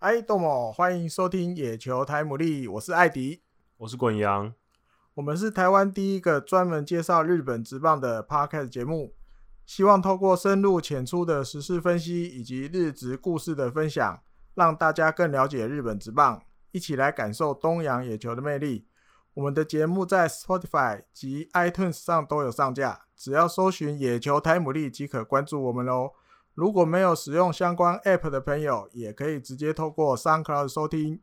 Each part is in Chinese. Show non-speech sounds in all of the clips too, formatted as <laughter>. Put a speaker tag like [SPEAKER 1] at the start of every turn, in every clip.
[SPEAKER 1] 哎，豆某，欢迎收听《野球台姆利》，我是艾迪，
[SPEAKER 2] 我是滚羊。
[SPEAKER 1] 我们是台湾第一个专门介绍日本职棒的 podcast 节目，希望透过深入浅出的时事分析以及日职故事的分享，让大家更了解日本职棒，一起来感受东洋野球的魅力。我们的节目在 Spotify 及 iTunes 上都有上架，只要搜寻“野球台姆利”即可关注我们喽。如果没有使用相关 App 的朋友，也可以直接透过 SoundCloud 收听。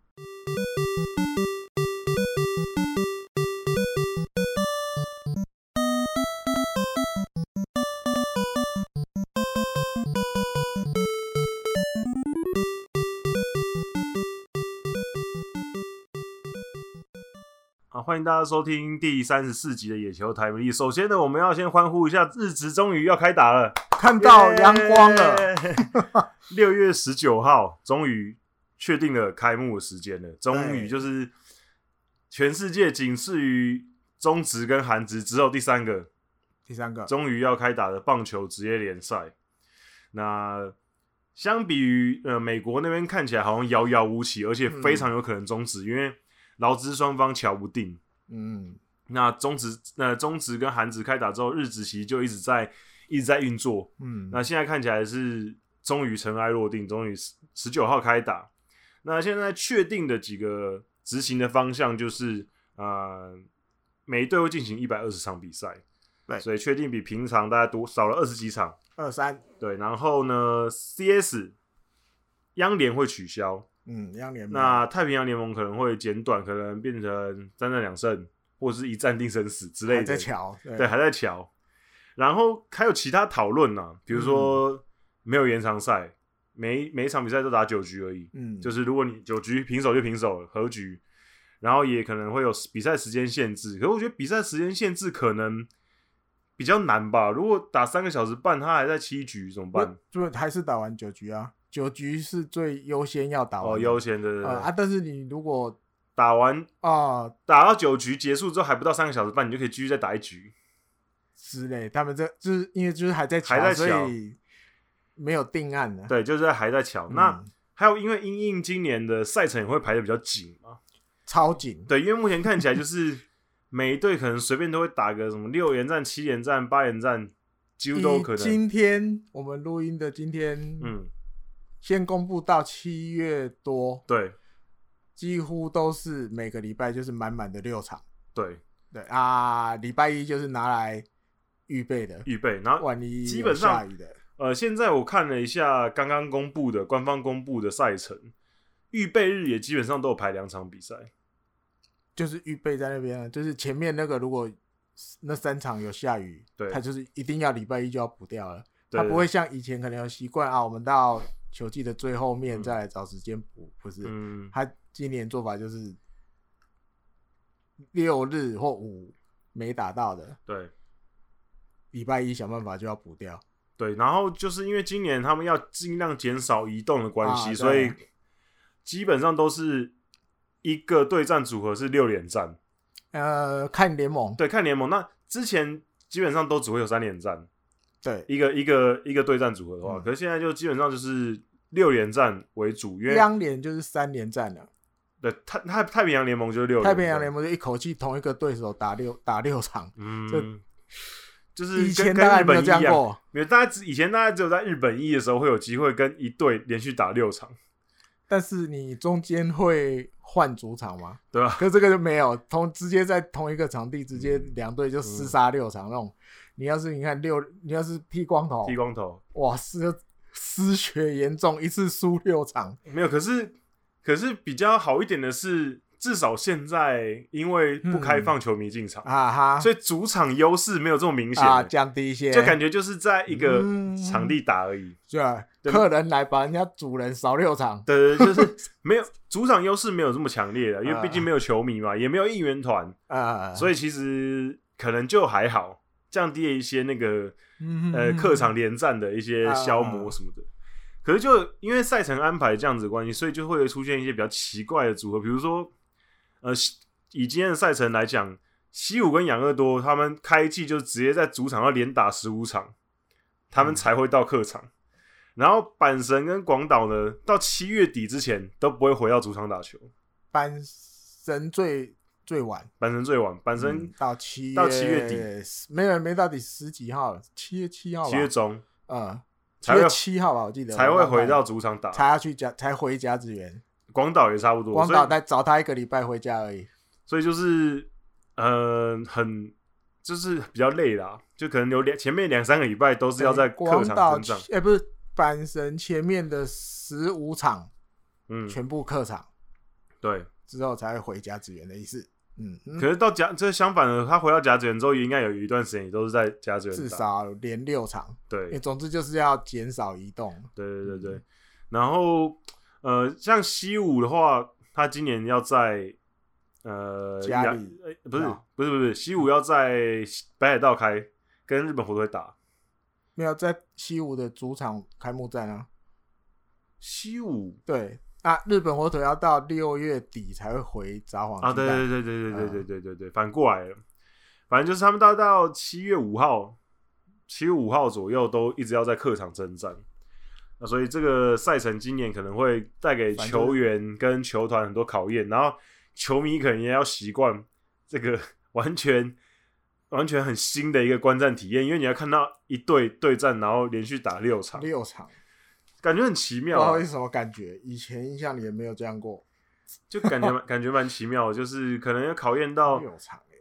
[SPEAKER 2] 啊，欢迎大家收听第三十四集的野球台迷。首先呢，我们要先欢呼一下，日职终于要开打了，
[SPEAKER 1] 看到阳光了，
[SPEAKER 2] 耶。 <laughs> 六月十九号，终于确定了开幕的时间了。终于
[SPEAKER 1] 对
[SPEAKER 2] 就是全世界仅次于中职跟韩职只有第三个
[SPEAKER 1] 第三个，
[SPEAKER 2] 终于要开打的棒球职业联赛。那相比于呃美国那边看起来好像遥遥无期，而且非常有可能终止，因为劳资双方瞧不定。
[SPEAKER 1] 嗯，
[SPEAKER 2] 那中职那中职跟韩职开打之后，日职其实就一直在一直在运作。
[SPEAKER 1] 嗯，
[SPEAKER 2] 那现在看起来是终于尘埃落定，终于十九号开打。那现在确定的几个执行的方向就是，呃，每一队会进行一百二十场比赛，
[SPEAKER 1] 对
[SPEAKER 2] 所以确定比平常大概多少了二十几场。
[SPEAKER 1] 二三，
[SPEAKER 2] 对，然后呢，CS 央联会取消，
[SPEAKER 1] 嗯，央联盟
[SPEAKER 2] 那太平洋联盟可能会减短，可能变成三战两胜，或者是一战定生死之类
[SPEAKER 1] 还在
[SPEAKER 2] 的。
[SPEAKER 1] 瞧，对
[SPEAKER 2] 对，还在瞧。然后还有其他讨论呢，比
[SPEAKER 1] 嗯
[SPEAKER 2] 如说没有延长赛，每每一场比赛都打九局而已，
[SPEAKER 1] 嗯，
[SPEAKER 2] 就是是如果你九局平手就平手了，和局，然后也可能会有比赛时间限制。可是我觉得比赛时间限制可能比较难吧，如果打三个小时半，他还在七局怎么办？
[SPEAKER 1] 就还是打完九局啊，九局是最优先要打完的
[SPEAKER 2] 哦，优先的、对对
[SPEAKER 1] 呃啊，但是你如果
[SPEAKER 2] 打完
[SPEAKER 1] 啊
[SPEAKER 2] 打到九局结束之后还不到三个小时半，你就可以继续再打一局。
[SPEAKER 1] 之类，他们这就是因为就是还在瞧
[SPEAKER 2] 还在
[SPEAKER 1] 所
[SPEAKER 2] 瞧
[SPEAKER 1] 以没有定案呢。
[SPEAKER 2] 对，就是还在瞧。那
[SPEAKER 1] 嗯
[SPEAKER 2] 还有因为因应今年的赛程也会排的比较紧嘛，
[SPEAKER 1] 超紧，
[SPEAKER 2] 对，因为目前看起来就是每一队可能随便都会打个什么六连战、七连战、八连战，几乎都有可
[SPEAKER 1] 以
[SPEAKER 2] 能。
[SPEAKER 1] 今天我们录音的今天，
[SPEAKER 2] 嗯，
[SPEAKER 1] 先公布到七月多，
[SPEAKER 2] 对
[SPEAKER 1] 几乎都是每个礼拜就是满满的六场。
[SPEAKER 2] 对，
[SPEAKER 1] 对啊，礼拜一就是拿来预备的，
[SPEAKER 2] 预备。然后
[SPEAKER 1] 万一
[SPEAKER 2] 啊基
[SPEAKER 1] 有
[SPEAKER 2] 本上
[SPEAKER 1] 下雨的，
[SPEAKER 2] 呃，现在我看了一下刚刚公布的官方公布的赛程，预备日也基本上都有排两场比赛。
[SPEAKER 1] 就是预备在那边了。就是前面那个如果那三场有下雨，
[SPEAKER 2] 对
[SPEAKER 1] 他就是一定要礼拜一就要补掉了。
[SPEAKER 2] 对
[SPEAKER 1] 他不会像以前可能有习惯啊，我们到球季的最后面再来找时间补，不是？
[SPEAKER 2] 嗯，
[SPEAKER 1] 他今年做法就是六日或五没打到的，
[SPEAKER 2] 对
[SPEAKER 1] 礼拜一想办法就要补掉。
[SPEAKER 2] 对。然后就是因为今年他们要尽量减少移动的关系，
[SPEAKER 1] 啊
[SPEAKER 2] 所以
[SPEAKER 1] 对
[SPEAKER 2] 基本上都是一个对战组合是六连战。
[SPEAKER 1] 呃，看联盟，
[SPEAKER 2] 对，看联盟那之前基本上都只会有三连战。
[SPEAKER 1] 对，
[SPEAKER 2] 一个一个一个对战组合的话，
[SPEAKER 1] 嗯
[SPEAKER 2] 可是现在就基本上就是六连战为主，因为
[SPEAKER 1] 央联就是三连战了。
[SPEAKER 2] 对太太太平洋联盟就是六连战，
[SPEAKER 1] 太平洋联盟就一口气同一个对手打六打六场，
[SPEAKER 2] 嗯
[SPEAKER 1] 这，
[SPEAKER 2] 就是
[SPEAKER 1] 以
[SPEAKER 2] 跟
[SPEAKER 1] 前
[SPEAKER 2] 跟
[SPEAKER 1] 大概
[SPEAKER 2] 日
[SPEAKER 1] 没有
[SPEAKER 2] 本一
[SPEAKER 1] 这样
[SPEAKER 2] 样，
[SPEAKER 1] 过，
[SPEAKER 2] 没有大家只以前大家只有在日本一的时候会有机会跟一队连续打六场，
[SPEAKER 1] 但是你中间会换主场吗？
[SPEAKER 2] 对啊吧？
[SPEAKER 1] 可是这个就没有，同直接在同一个场地直
[SPEAKER 2] 嗯
[SPEAKER 1] 接两队就厮杀六场那种。你要是你看六，你要是剃光头
[SPEAKER 2] 剃，光头
[SPEAKER 1] 哇，失失血严重，一次输六场，
[SPEAKER 2] 没有，可是可是比较好一点的是，至少现在因为不开放球迷进场，
[SPEAKER 1] 嗯啊哈，
[SPEAKER 2] 所以主场优势没有这么明显欸
[SPEAKER 1] 啊
[SPEAKER 2] 了，
[SPEAKER 1] 降低一些，
[SPEAKER 2] 就感觉就是在一个
[SPEAKER 1] 嗯
[SPEAKER 2] 场地打而已。
[SPEAKER 1] 对啊，
[SPEAKER 2] 对
[SPEAKER 1] 客人来把人家主人少六场，
[SPEAKER 2] 对对，就是没有主场优势没有这么强烈的，因为
[SPEAKER 1] 啊
[SPEAKER 2] 毕竟没有球迷嘛，也没有应援团，
[SPEAKER 1] 啊，
[SPEAKER 2] 所以其实可能就还好，降低了一些那个
[SPEAKER 1] 嗯啊
[SPEAKER 2] 呃客场连战的一些消磨什么的。可是就因为赛程安排这样子的关系，所以就会出现一些比较奇怪的组合，比如说呃，西以今天的赛程来讲，西武跟养乐多他们
[SPEAKER 1] 嗯
[SPEAKER 2] 开季就直接在主场要连打十五场，他们才会到客场。然后阪神跟广岛呢，到七月底之前都不会回到主场打球。
[SPEAKER 1] 阪神最最晚，
[SPEAKER 2] 阪神最晚，阪神
[SPEAKER 1] 嗯到七
[SPEAKER 2] 到七月底，
[SPEAKER 1] 没有没到底十几号了，七月七号吧，
[SPEAKER 2] 七月中
[SPEAKER 1] 嗯，七
[SPEAKER 2] 才会
[SPEAKER 1] 月七号吧，我记得
[SPEAKER 2] 才
[SPEAKER 1] 我
[SPEAKER 2] 会
[SPEAKER 1] 忘了
[SPEAKER 2] 回到主场打。
[SPEAKER 1] 才要去家才回家支援，
[SPEAKER 2] 广岛也差不多，
[SPEAKER 1] 广
[SPEAKER 2] 所以
[SPEAKER 1] 岛再找他一个礼拜回家而已，
[SPEAKER 2] 所以就是呃，很就是比较累啦，就可能有两前面两三个礼拜都是要在客
[SPEAKER 1] 广
[SPEAKER 2] 场
[SPEAKER 1] 岛
[SPEAKER 2] 征战，
[SPEAKER 1] 哎不是阪神前面的十五场
[SPEAKER 2] 嗯，
[SPEAKER 1] 全部客场
[SPEAKER 2] 对。
[SPEAKER 1] 之后才会回家支援的意思，嗯，嗯
[SPEAKER 2] 可是到甲这相反的，他回到甲子园之后，应该有一段时间也都是在甲子园打，
[SPEAKER 1] 至少连六场，
[SPEAKER 2] 对
[SPEAKER 1] 哎总之就是要减少移动，
[SPEAKER 2] 对对对对
[SPEAKER 1] 嗯，
[SPEAKER 2] 然后呃，像西武的话，他今年要在呃
[SPEAKER 1] 家
[SPEAKER 2] 亚
[SPEAKER 1] 里
[SPEAKER 2] 呃不是
[SPEAKER 1] 啊
[SPEAKER 2] 不是不是西武要在北海道开，跟日本火腿打。
[SPEAKER 1] 没有在西武的主场开幕战啊，
[SPEAKER 2] 西武
[SPEAKER 1] 对。啊，日本火腿要到六月底才会回札幌
[SPEAKER 2] 啊，
[SPEAKER 1] 巨
[SPEAKER 2] 对
[SPEAKER 1] 蛋嗯
[SPEAKER 2] 对对对对对对对对对，反过来了，反正就是他们到到七月五号，七月五号左右都一直要在客场征战。那所以这个赛程今年可能会带给
[SPEAKER 1] 反正
[SPEAKER 2] 球员跟球团很多考验，然后球迷可能也要习惯这个 <laughs> 完全完全很新的一个观战体验，因为你要看到一队对战，然后连续打六场，
[SPEAKER 1] 六场，
[SPEAKER 2] 感觉很奇
[SPEAKER 1] 不
[SPEAKER 2] 妙
[SPEAKER 1] 知
[SPEAKER 2] 啊、
[SPEAKER 1] 道是什么感觉，以前印象里也没有这样过。
[SPEAKER 2] 就感觉蛮感觉蛮奇妙的，就是可能要考验
[SPEAKER 1] <laughs>
[SPEAKER 2] 到
[SPEAKER 1] 六场欸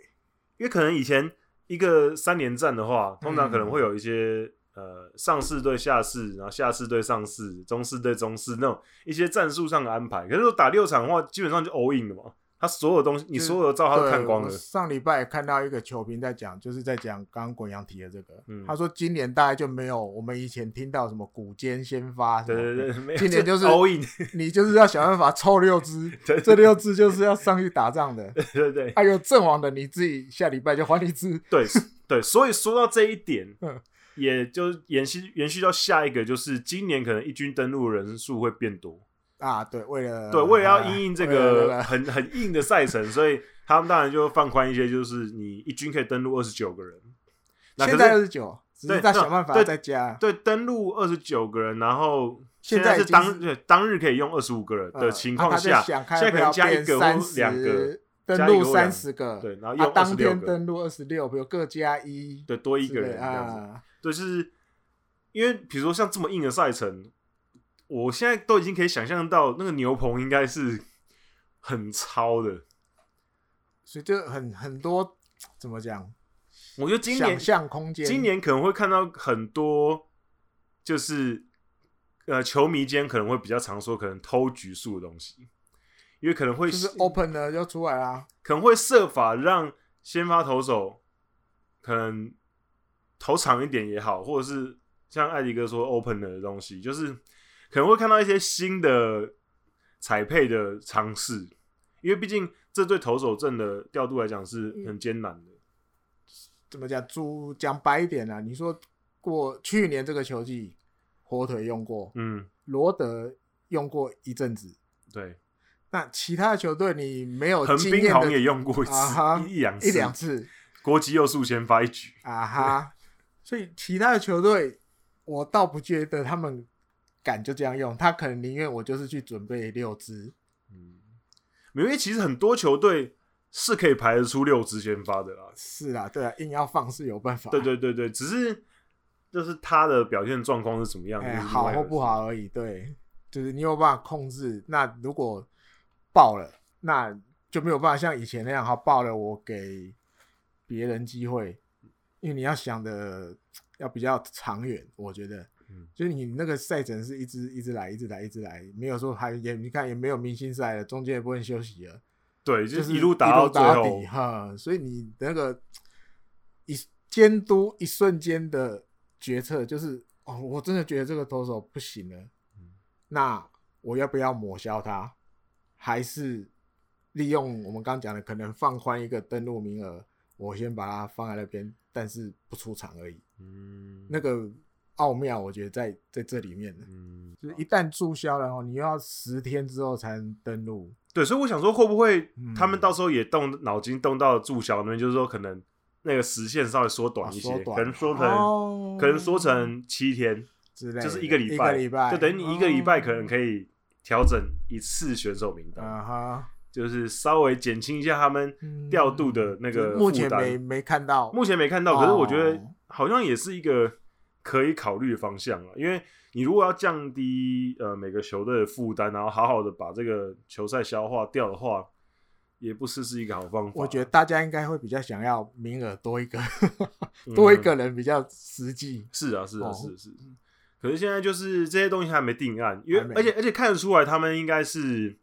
[SPEAKER 2] 因为可能以前一个三连战的话，通常可能
[SPEAKER 1] 嗯
[SPEAKER 2] 会有一些、呃上市对下市，然后下市对上市，中市对中市那种一些战术上的安排。可是如果打六场的话，基本上就 all in 了嘛，他所有东西你
[SPEAKER 1] 就是
[SPEAKER 2] 所有的照他都
[SPEAKER 1] 对
[SPEAKER 2] 看光了
[SPEAKER 1] 我。上礼拜看到一个球评在讲，就是在讲刚刚滚阳提的这个，
[SPEAKER 2] 嗯
[SPEAKER 1] 他说今年大概就没有我们以前听到什么古坚先发什
[SPEAKER 2] 对
[SPEAKER 1] 么的，
[SPEAKER 2] 对对，没有
[SPEAKER 1] 今年就是
[SPEAKER 2] all in，
[SPEAKER 1] 你就是要想办法凑六支，
[SPEAKER 2] <laughs> 对
[SPEAKER 1] 这六支就是要上去打仗的。
[SPEAKER 2] 对对对
[SPEAKER 1] <laughs> 哎呦，阵亡的你自己下礼拜就换一支，
[SPEAKER 2] 对对，所以说到这一点
[SPEAKER 1] 嗯，
[SPEAKER 2] 也就延续延续到下一个，就是今年可能一军登陆人数会变多。
[SPEAKER 1] 啊，对，为了啊
[SPEAKER 2] 对，为了要因应这
[SPEAKER 1] 为
[SPEAKER 2] 个
[SPEAKER 1] 了
[SPEAKER 2] 很很硬的赛程，所以他们当然就放宽一些，就是你一军可以登录二十九个人。那可
[SPEAKER 1] 现
[SPEAKER 2] 是
[SPEAKER 1] 在二十九，只
[SPEAKER 2] 对
[SPEAKER 1] 是在想办法
[SPEAKER 2] 对
[SPEAKER 1] 再加。
[SPEAKER 2] 对登录二十九个人，然后
[SPEAKER 1] 现在
[SPEAKER 2] 在是
[SPEAKER 1] 已经
[SPEAKER 2] 当
[SPEAKER 1] 是
[SPEAKER 2] 对当日可以用二十五个人的
[SPEAKER 1] 呃
[SPEAKER 2] 情
[SPEAKER 1] 啊
[SPEAKER 2] 况
[SPEAKER 1] 他在
[SPEAKER 2] 下，
[SPEAKER 1] 想
[SPEAKER 2] 现
[SPEAKER 1] 看要
[SPEAKER 2] 在可
[SPEAKER 1] 不
[SPEAKER 2] 能
[SPEAKER 1] 要
[SPEAKER 2] 加一
[SPEAKER 1] 变
[SPEAKER 2] 个或
[SPEAKER 1] 30
[SPEAKER 2] 两个，加
[SPEAKER 1] 登
[SPEAKER 2] 一个
[SPEAKER 1] 录
[SPEAKER 2] 或
[SPEAKER 1] 三
[SPEAKER 2] 两
[SPEAKER 1] 十个，
[SPEAKER 2] 对然后
[SPEAKER 1] 啊
[SPEAKER 2] 用
[SPEAKER 1] 当
[SPEAKER 2] 26
[SPEAKER 1] 天
[SPEAKER 2] 个
[SPEAKER 1] 登录二十六，比如各加一，
[SPEAKER 2] 对多一
[SPEAKER 1] 之
[SPEAKER 2] 个
[SPEAKER 1] 类
[SPEAKER 2] 人这样子。
[SPEAKER 1] 啊，
[SPEAKER 2] 对，就是因为比如说像这么硬的赛程，我现在都已经可以想象到那个牛棚应该是很超的。
[SPEAKER 1] 所以就很很多怎么讲，
[SPEAKER 2] 我觉得今
[SPEAKER 1] 想
[SPEAKER 2] 年
[SPEAKER 1] 象空间，
[SPEAKER 2] 今年可能会看到很多，就是呃，球迷间可能会比较常说可能偷局数的东西，因为可能会、
[SPEAKER 1] 就是哦 open 的就出来啦，
[SPEAKER 2] 可能会设法让先发投手可能投长一点也好，或者是像艾迪哥说 open 的东西，就是可能会看到一些新的彩配的尝试，因为毕竟这对投手阵的调度来讲是
[SPEAKER 1] 嗯
[SPEAKER 2] 很艰难的。
[SPEAKER 1] 怎么讲？猪讲白一点啊，你说过去年这个球季，火腿用过，
[SPEAKER 2] 嗯，
[SPEAKER 1] 罗德用过一阵子，
[SPEAKER 2] 对，
[SPEAKER 1] 那其他的球队你没有
[SPEAKER 2] 横
[SPEAKER 1] 哦经
[SPEAKER 2] 滨
[SPEAKER 1] 验
[SPEAKER 2] 好像
[SPEAKER 1] 的
[SPEAKER 2] 也用过一次、
[SPEAKER 1] 啊哈
[SPEAKER 2] 一一两次，
[SPEAKER 1] 一两次
[SPEAKER 2] 国籍又速先发一局，
[SPEAKER 1] 啊哈，所以其他的球队我倒不觉得他们敢就这样用，他可能宁愿我就是去准备六支，
[SPEAKER 2] 嗯，因为其实很多球队是可以排得出六支先发的啦。
[SPEAKER 1] 是啊，对啊，硬要放是有办法，
[SPEAKER 2] 对对对对，只是就是他的表现状况是怎么样，
[SPEAKER 1] 哎，
[SPEAKER 2] 就是另
[SPEAKER 1] 好
[SPEAKER 2] 外一
[SPEAKER 1] 或
[SPEAKER 2] 回
[SPEAKER 1] 不
[SPEAKER 2] 事。
[SPEAKER 1] 好而已。对，就是你有办法控制。那如果爆了，那就没有办法像以前那样，好爆了我给别人机会，因为你要想的要比较长远，我觉得。
[SPEAKER 2] 嗯
[SPEAKER 1] 就是你那个赛程是一直一直来，一直来，一直来，没有说还也你看也没有明星赛了，中间也不能休息了，
[SPEAKER 2] 对，
[SPEAKER 1] 就是是
[SPEAKER 2] 一路打到最
[SPEAKER 1] 打
[SPEAKER 2] 后
[SPEAKER 1] 底，啊哈。所以你那个一监督一瞬间的决策，就是哦，我真的觉得这个投手不行了，
[SPEAKER 2] 嗯
[SPEAKER 1] 那我要不要抹消他，还是利用我们刚讲的可能放宽一个登录名额，我先把它放在那边，但是不出场而已。
[SPEAKER 2] 嗯，
[SPEAKER 1] 那个奥妙，我觉得在在这里面呢，
[SPEAKER 2] 嗯，
[SPEAKER 1] 就是一旦注销了哦，你又要十天之后才能登录。
[SPEAKER 2] 对，所以我想说，会不会
[SPEAKER 1] 嗯
[SPEAKER 2] 他们到时候也动脑筋动到注销那边，就是说可能那个时限稍微缩短一
[SPEAKER 1] 啊
[SPEAKER 2] 些，
[SPEAKER 1] 缩短
[SPEAKER 2] 可能缩成、
[SPEAKER 1] 哦
[SPEAKER 2] 可能缩成七天，
[SPEAKER 1] 之类的，
[SPEAKER 2] 就是一个礼
[SPEAKER 1] 一个
[SPEAKER 2] 拜，
[SPEAKER 1] 礼拜，
[SPEAKER 2] 就等于你一个礼拜
[SPEAKER 1] 嗯
[SPEAKER 2] 可能可以调整一次选手名单，
[SPEAKER 1] 啊哈，
[SPEAKER 2] 就是稍微减轻一下他们
[SPEAKER 1] 嗯
[SPEAKER 2] 调度的那个
[SPEAKER 1] 就目前
[SPEAKER 2] 负担
[SPEAKER 1] 没没看到，
[SPEAKER 2] 目前没看到，可是我觉得
[SPEAKER 1] 哦
[SPEAKER 2] 好像也是一个可以考虑的方向了。因为你如果要降低呃每个球队的负担，然后好好的把这个球赛消化掉的话，也不是是一个好方法。啊
[SPEAKER 1] 我觉得大家应该会比较想要名额多一个，
[SPEAKER 2] 嗯
[SPEAKER 1] 多一个人比较实际。
[SPEAKER 2] 是啊，是啊，
[SPEAKER 1] 哦
[SPEAKER 2] 是是。可是现在就是这些东西还没定案，因
[SPEAKER 1] 还
[SPEAKER 2] 为
[SPEAKER 1] 没
[SPEAKER 2] 而且而且看得出来，他们应该是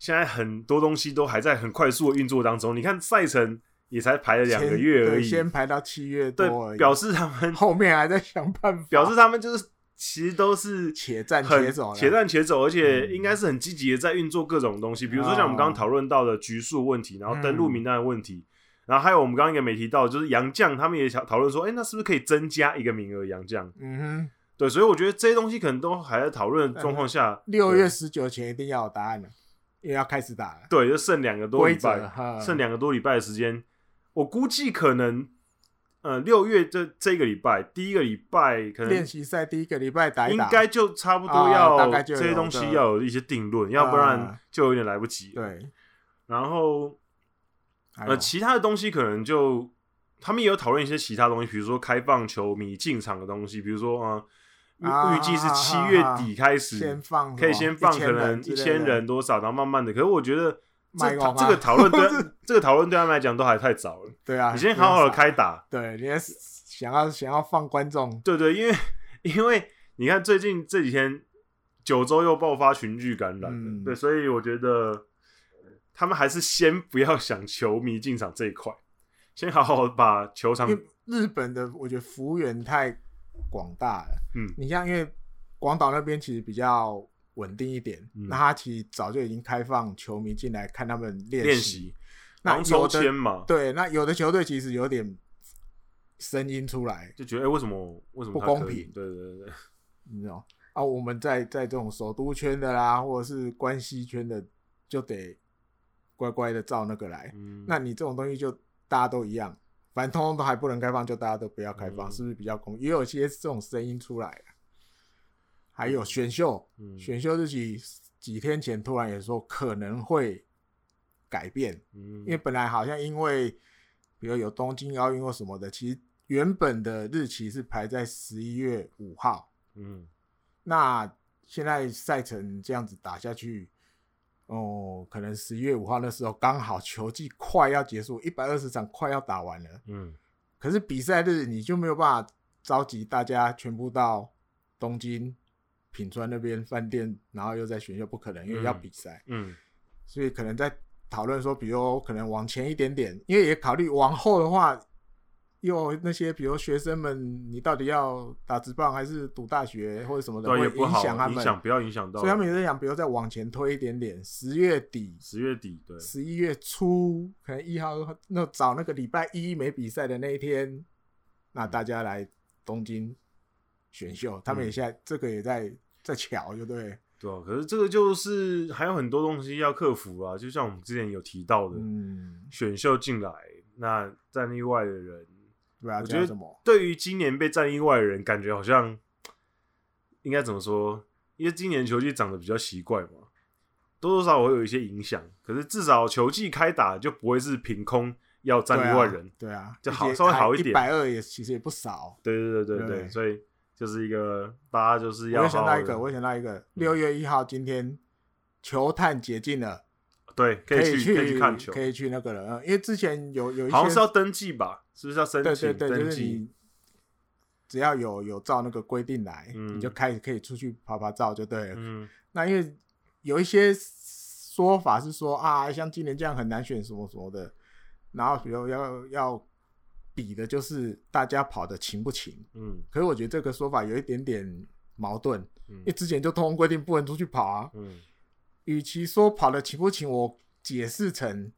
[SPEAKER 2] 现在很多东西都还在很快速的运作当中。你看赛程也才排了两个
[SPEAKER 1] 先
[SPEAKER 2] 月而
[SPEAKER 1] 对
[SPEAKER 2] 已，
[SPEAKER 1] 先排到七月多而
[SPEAKER 2] 对，
[SPEAKER 1] 已，
[SPEAKER 2] 表示他们 <laughs>
[SPEAKER 1] 后面还在想办法，
[SPEAKER 2] 表示他们就是其实都是
[SPEAKER 1] 且战
[SPEAKER 2] 很
[SPEAKER 1] 且走啦，
[SPEAKER 2] 且战且走，而且
[SPEAKER 1] 嗯啊
[SPEAKER 2] 应该是很积极的在运作各种东西，比如说像我们刚刚讨论到的局数问题，
[SPEAKER 1] 嗯
[SPEAKER 2] 然后登录名单的问题，然后还有我们刚刚也没提到，就是杨将他们也想讨论说，哎、那是不是可以增加一个名额杨将？
[SPEAKER 1] 嗯哼，
[SPEAKER 2] 对，所以我觉得这些东西可能都还在讨论的状
[SPEAKER 1] 嗯
[SPEAKER 2] 况下，
[SPEAKER 1] 六月十九前一定要有答案了，因为要开始打了。
[SPEAKER 2] 对，就剩两个多
[SPEAKER 1] 规
[SPEAKER 2] 礼
[SPEAKER 1] 则
[SPEAKER 2] 拜，
[SPEAKER 1] 哈，
[SPEAKER 2] 剩两个多礼拜的时间，我估计可能，呃，六月这这个礼拜，第一个礼拜可能
[SPEAKER 1] 练习赛第一个礼拜打一
[SPEAKER 2] 应
[SPEAKER 1] 打，
[SPEAKER 2] 该就差不多
[SPEAKER 1] 啊
[SPEAKER 2] 要、
[SPEAKER 1] 大概就
[SPEAKER 2] 这
[SPEAKER 1] 有
[SPEAKER 2] 些东西
[SPEAKER 1] 的
[SPEAKER 2] 要有一些定论，要不然
[SPEAKER 1] 啊
[SPEAKER 2] 就有点来不及。，
[SPEAKER 1] 对，
[SPEAKER 2] 然后
[SPEAKER 1] 还有
[SPEAKER 2] 呃，其他的东西可能就他们也有讨论一些其他东西，比如说开放球迷进场的东西，比如说啊，
[SPEAKER 1] 啊
[SPEAKER 2] 呃预预计是七月底开始
[SPEAKER 1] 先，放
[SPEAKER 2] 可以先放可能
[SPEAKER 1] 一
[SPEAKER 2] 一千人多少，然后慢慢的。可是我觉得这
[SPEAKER 1] 卖光啊
[SPEAKER 2] 这个讨论
[SPEAKER 1] <laughs>
[SPEAKER 2] 对他这个讨论对他们来讲都还太早了，
[SPEAKER 1] 对啊，
[SPEAKER 2] 你先好好的
[SPEAKER 1] 不用
[SPEAKER 2] 开打。
[SPEAKER 1] 傻，对，你要想要想要放观众，
[SPEAKER 2] 对对，因为
[SPEAKER 1] 啊
[SPEAKER 2] <laughs> 因为你看最近这几天九州又爆发群聚感染了，
[SPEAKER 1] 嗯
[SPEAKER 2] 对，所以我觉得他们还是先不要想球迷进场这一块，先好好把球场
[SPEAKER 1] 因为日本的我觉得服务员太广大了，
[SPEAKER 2] 嗯
[SPEAKER 1] 你像因为广岛那边其实比较稳定一点，
[SPEAKER 2] 嗯
[SPEAKER 1] 那他其实早就已经开放球迷进来看他们练
[SPEAKER 2] 练，习，
[SPEAKER 1] 那
[SPEAKER 2] 然后
[SPEAKER 1] 有
[SPEAKER 2] 抽
[SPEAKER 1] 的
[SPEAKER 2] 签嘛，
[SPEAKER 1] 对，那有的球队其实有点声音出来，
[SPEAKER 2] 就觉得哎、为什么为什
[SPEAKER 1] 不
[SPEAKER 2] 么他可以
[SPEAKER 1] 公平
[SPEAKER 2] 对对对对，
[SPEAKER 1] 你知道啊，我们在在这种首都圈的啦，或者是关西圈的，就得乖乖的照那个来。
[SPEAKER 2] 嗯，
[SPEAKER 1] 那你这种东西就大家都一样，反正通通都还不能开放，就大家都不要开放，
[SPEAKER 2] 嗯
[SPEAKER 1] 是不是比较公平？也有一些这种声音出来了。还有选秀，
[SPEAKER 2] 嗯
[SPEAKER 1] 选秀自己几天前突然也说可能会改变，
[SPEAKER 2] 嗯
[SPEAKER 1] 因为本来好像因为比如有东京奥运或什么的，其实原本的日期是排在十一月五号，
[SPEAKER 2] 嗯
[SPEAKER 1] 那现在赛程这样子打下去，哦，可能十一月五号那时候刚好球季快要结束，一百二十场快要打完了，
[SPEAKER 2] 嗯
[SPEAKER 1] 可是比赛日你就没有办法召集大家全部到东京品川那边饭店，然后又在选秀，不可能，因为要比赛，
[SPEAKER 2] 嗯
[SPEAKER 1] 所以可能在讨论说，比如可能往前一点点，因为也考虑往后的话。又那些，比如学生们，你到底要打职棒还是读大学或者什么的，
[SPEAKER 2] 对
[SPEAKER 1] 会
[SPEAKER 2] 也不
[SPEAKER 1] 影
[SPEAKER 2] 好
[SPEAKER 1] 响他们。
[SPEAKER 2] 影响不要影响到
[SPEAKER 1] 所以他们也在想，比如再往前推一点点，十月底、
[SPEAKER 2] 十月底对，
[SPEAKER 1] 十一月初，可能一号那找那个礼拜一没比赛的那一天，那
[SPEAKER 2] 嗯
[SPEAKER 1] 大家来东京选秀，他们也现在、这个也在在瞧，就对，
[SPEAKER 2] 对啊，可嗯是这个就是还有很多东西要克服啊，就像我们之前有提到的，
[SPEAKER 1] 嗯，
[SPEAKER 2] 选秀进来，那战力外的人，
[SPEAKER 1] 对啊，
[SPEAKER 2] 我
[SPEAKER 1] 这
[SPEAKER 2] 觉
[SPEAKER 1] 样
[SPEAKER 2] 得
[SPEAKER 1] 什么？
[SPEAKER 2] 对于今年被战力外的人，感觉好像应该怎么说？因为今年球季长得比较奇怪嘛，多多少少会有一些影响。可是至少球季开打就不会是凭空要战力外人。
[SPEAKER 1] 对啊，
[SPEAKER 2] 就好稍微好一点
[SPEAKER 1] 一百二也其实也不少。
[SPEAKER 2] 对对对对对，
[SPEAKER 1] 对
[SPEAKER 2] 所以就是一个大家就是
[SPEAKER 1] 我
[SPEAKER 2] 要
[SPEAKER 1] 又
[SPEAKER 2] 好
[SPEAKER 1] 想
[SPEAKER 2] 好
[SPEAKER 1] 到
[SPEAKER 2] 地
[SPEAKER 1] 一个，我又想到一
[SPEAKER 2] 嗯
[SPEAKER 1] 个，六月一号今天球探解禁了，
[SPEAKER 2] 对可
[SPEAKER 1] 以
[SPEAKER 2] 去可以去看球
[SPEAKER 1] 可，以去那个了，呃因为之前有有一些
[SPEAKER 2] 好像是要登记吧？是不是要申
[SPEAKER 1] 对对
[SPEAKER 2] 请
[SPEAKER 1] 对，就
[SPEAKER 2] 登
[SPEAKER 1] 是
[SPEAKER 2] 记？
[SPEAKER 1] 你只要有有照那个规定来，
[SPEAKER 2] 嗯
[SPEAKER 1] 你就开始可以出去拍拍照就对了。
[SPEAKER 2] 嗯
[SPEAKER 1] 那因为有一些说法是说啊，像今年这样很难选什么什么的，然后比如要要比的就是大家跑的勤不勤。
[SPEAKER 2] 嗯
[SPEAKER 1] 可是我觉得这个说法有一点点矛盾，
[SPEAKER 2] 嗯
[SPEAKER 1] 因为之前就通通规定不能出去跑啊。
[SPEAKER 2] 嗯
[SPEAKER 1] 与其说跑的勤不勤，我解释成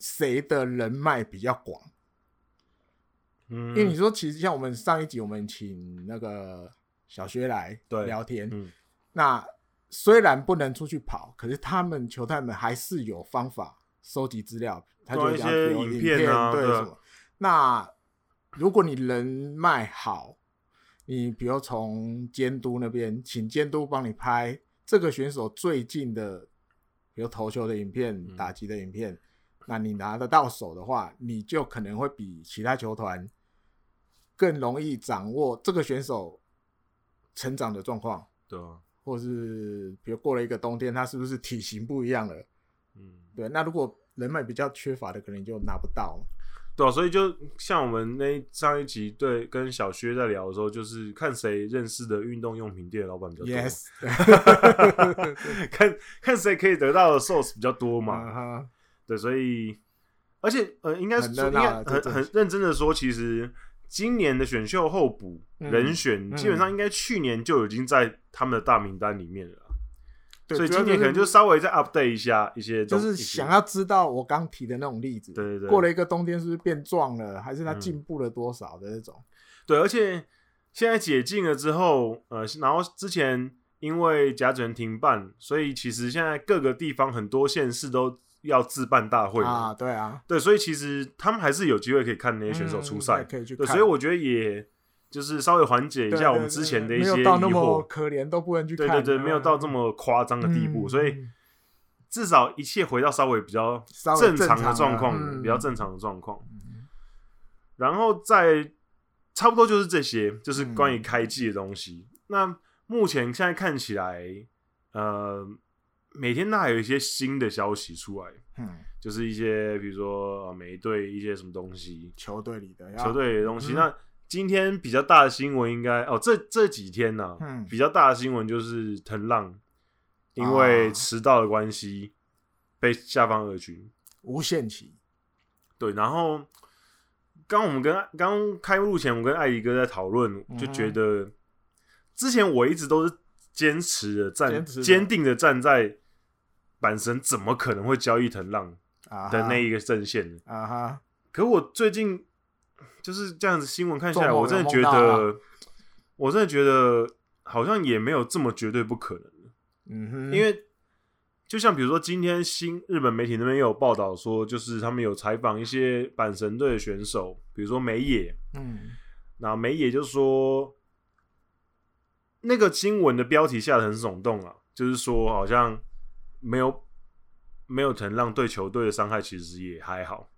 [SPEAKER 1] 谁的人脉比较广。
[SPEAKER 2] 嗯，
[SPEAKER 1] 因为你说，其实像我们上一集，我们请那个小薛来
[SPEAKER 2] 对
[SPEAKER 1] 聊天，
[SPEAKER 2] 嗯
[SPEAKER 1] 那虽然不能出去跑，可是他们球探们还是有方法收集资料，他就
[SPEAKER 2] 对啊
[SPEAKER 1] 会讲
[SPEAKER 2] 一些
[SPEAKER 1] 比如
[SPEAKER 2] 影
[SPEAKER 1] 影
[SPEAKER 2] 片啊
[SPEAKER 1] 对
[SPEAKER 2] 对啊
[SPEAKER 1] 什么。那如果你人脉好，你比如从监督那边请监督帮你拍这个选手最近的，比如投球的影片、
[SPEAKER 2] 嗯
[SPEAKER 1] 打击的影片，那你拿得到手的话，你就可能会比其他球团更容易掌握这个选手成长的状况，
[SPEAKER 2] 对啊，
[SPEAKER 1] 或是比如过了一个冬天，他是不是体型不一样了？
[SPEAKER 2] 嗯，
[SPEAKER 1] 对，那如果人脉比较缺乏的，可能就拿不到。
[SPEAKER 2] 对啊，所以就像我们那一上一集对跟小薛在聊的时候，就是看谁认识的运动用品店的老板比较多
[SPEAKER 1] Yes， <laughs>
[SPEAKER 2] 看看谁可以得到的 source 比较多 <laughs> 嘛。
[SPEAKER 1] 啊
[SPEAKER 2] 对，所以而且呃，应该是
[SPEAKER 1] 很
[SPEAKER 2] 说
[SPEAKER 1] 热
[SPEAKER 2] 应
[SPEAKER 1] 闹啊
[SPEAKER 2] 该很
[SPEAKER 1] 这
[SPEAKER 2] 很
[SPEAKER 1] 这
[SPEAKER 2] 认真的说，其实今年的选秀候补
[SPEAKER 1] 嗯
[SPEAKER 2] 人选，
[SPEAKER 1] 嗯
[SPEAKER 2] 基本上应该去年就已经在他们的大名单里面了啦，
[SPEAKER 1] 对
[SPEAKER 2] 所以
[SPEAKER 1] 主要
[SPEAKER 2] 今年可能就是稍微再 update 一下一些
[SPEAKER 1] 就
[SPEAKER 2] 东西，
[SPEAKER 1] 是想要知道我刚提的那种例子，
[SPEAKER 2] 对对对
[SPEAKER 1] 过了一个冬天是不是变壮了，还是他
[SPEAKER 2] 嗯
[SPEAKER 1] 进步了多少的那种？
[SPEAKER 2] 对，而且现在解禁了之后，呃，然后之前因为甲子园停办，所以其实现在各个地方很多县市都要自办大会嘛
[SPEAKER 1] 啊，对啊，
[SPEAKER 2] 对，所以其实他们还是有机会可以看那些选手出赛
[SPEAKER 1] 嗯，可以去
[SPEAKER 2] 对，
[SPEAKER 1] 看。
[SPEAKER 2] 所以我觉得也就是稍微缓解一
[SPEAKER 1] 对
[SPEAKER 2] 下我
[SPEAKER 1] 对
[SPEAKER 2] 们之
[SPEAKER 1] 对
[SPEAKER 2] 前的
[SPEAKER 1] 对
[SPEAKER 2] 一些
[SPEAKER 1] 没有
[SPEAKER 2] 疑
[SPEAKER 1] 到那么
[SPEAKER 2] 惑，
[SPEAKER 1] 可怜都不能去
[SPEAKER 2] 对
[SPEAKER 1] 看，啊嗯
[SPEAKER 2] 对对，没有到这
[SPEAKER 1] 么
[SPEAKER 2] 么夸张的地步，所以至少一切回到稍微比较
[SPEAKER 1] 稍微
[SPEAKER 2] 正
[SPEAKER 1] 正
[SPEAKER 2] 常的
[SPEAKER 1] 常
[SPEAKER 2] 状
[SPEAKER 1] 了
[SPEAKER 2] 况，
[SPEAKER 1] 嗯
[SPEAKER 2] 比较正常的状况。然后再差不多就是这些，就是关于开季的东
[SPEAKER 1] 嗯
[SPEAKER 2] 西。那目前现在看起来，呃，每天都还有一些新的消息出来，
[SPEAKER 1] 嗯，
[SPEAKER 2] 就是一些比如说、呃每一队一些什么东西，
[SPEAKER 1] 球队里的
[SPEAKER 2] 球，队的东西。
[SPEAKER 1] 嗯
[SPEAKER 2] 那今天比较大的新闻应该哦，这这几天呢、
[SPEAKER 1] 嗯
[SPEAKER 2] 比较大的新闻就是藤浪因为
[SPEAKER 1] 啊
[SPEAKER 2] 迟到的关系被下放二军。
[SPEAKER 1] 无限期，
[SPEAKER 2] 对，然后刚我们跟刚开录前，我跟艾迪哥在讨
[SPEAKER 1] 嗯
[SPEAKER 2] 论，就觉得之前我一直都是坚持的站，
[SPEAKER 1] 坚持的
[SPEAKER 2] 坚定的站在阪神怎么可能会交易藤浪
[SPEAKER 1] 啊
[SPEAKER 2] 的
[SPEAKER 1] 哈
[SPEAKER 2] 那一个阵线。
[SPEAKER 1] 啊哈，
[SPEAKER 2] 可我最近就是这样子新闻看下来，
[SPEAKER 1] 做梦
[SPEAKER 2] 我真的觉
[SPEAKER 1] 有梦到
[SPEAKER 2] 得，我真的觉得好像也没有这么绝对不可能，
[SPEAKER 1] 嗯哼，
[SPEAKER 2] 因为就像比如说今天新日本媒体那边也有报道说，就是他们有采访一些阪神队的选手，比如说梅野，
[SPEAKER 1] 嗯
[SPEAKER 2] 那梅野就说那个新闻的标题下的很耸动啊，就是说好像没有没有藤浪对球队的伤害其实也还好，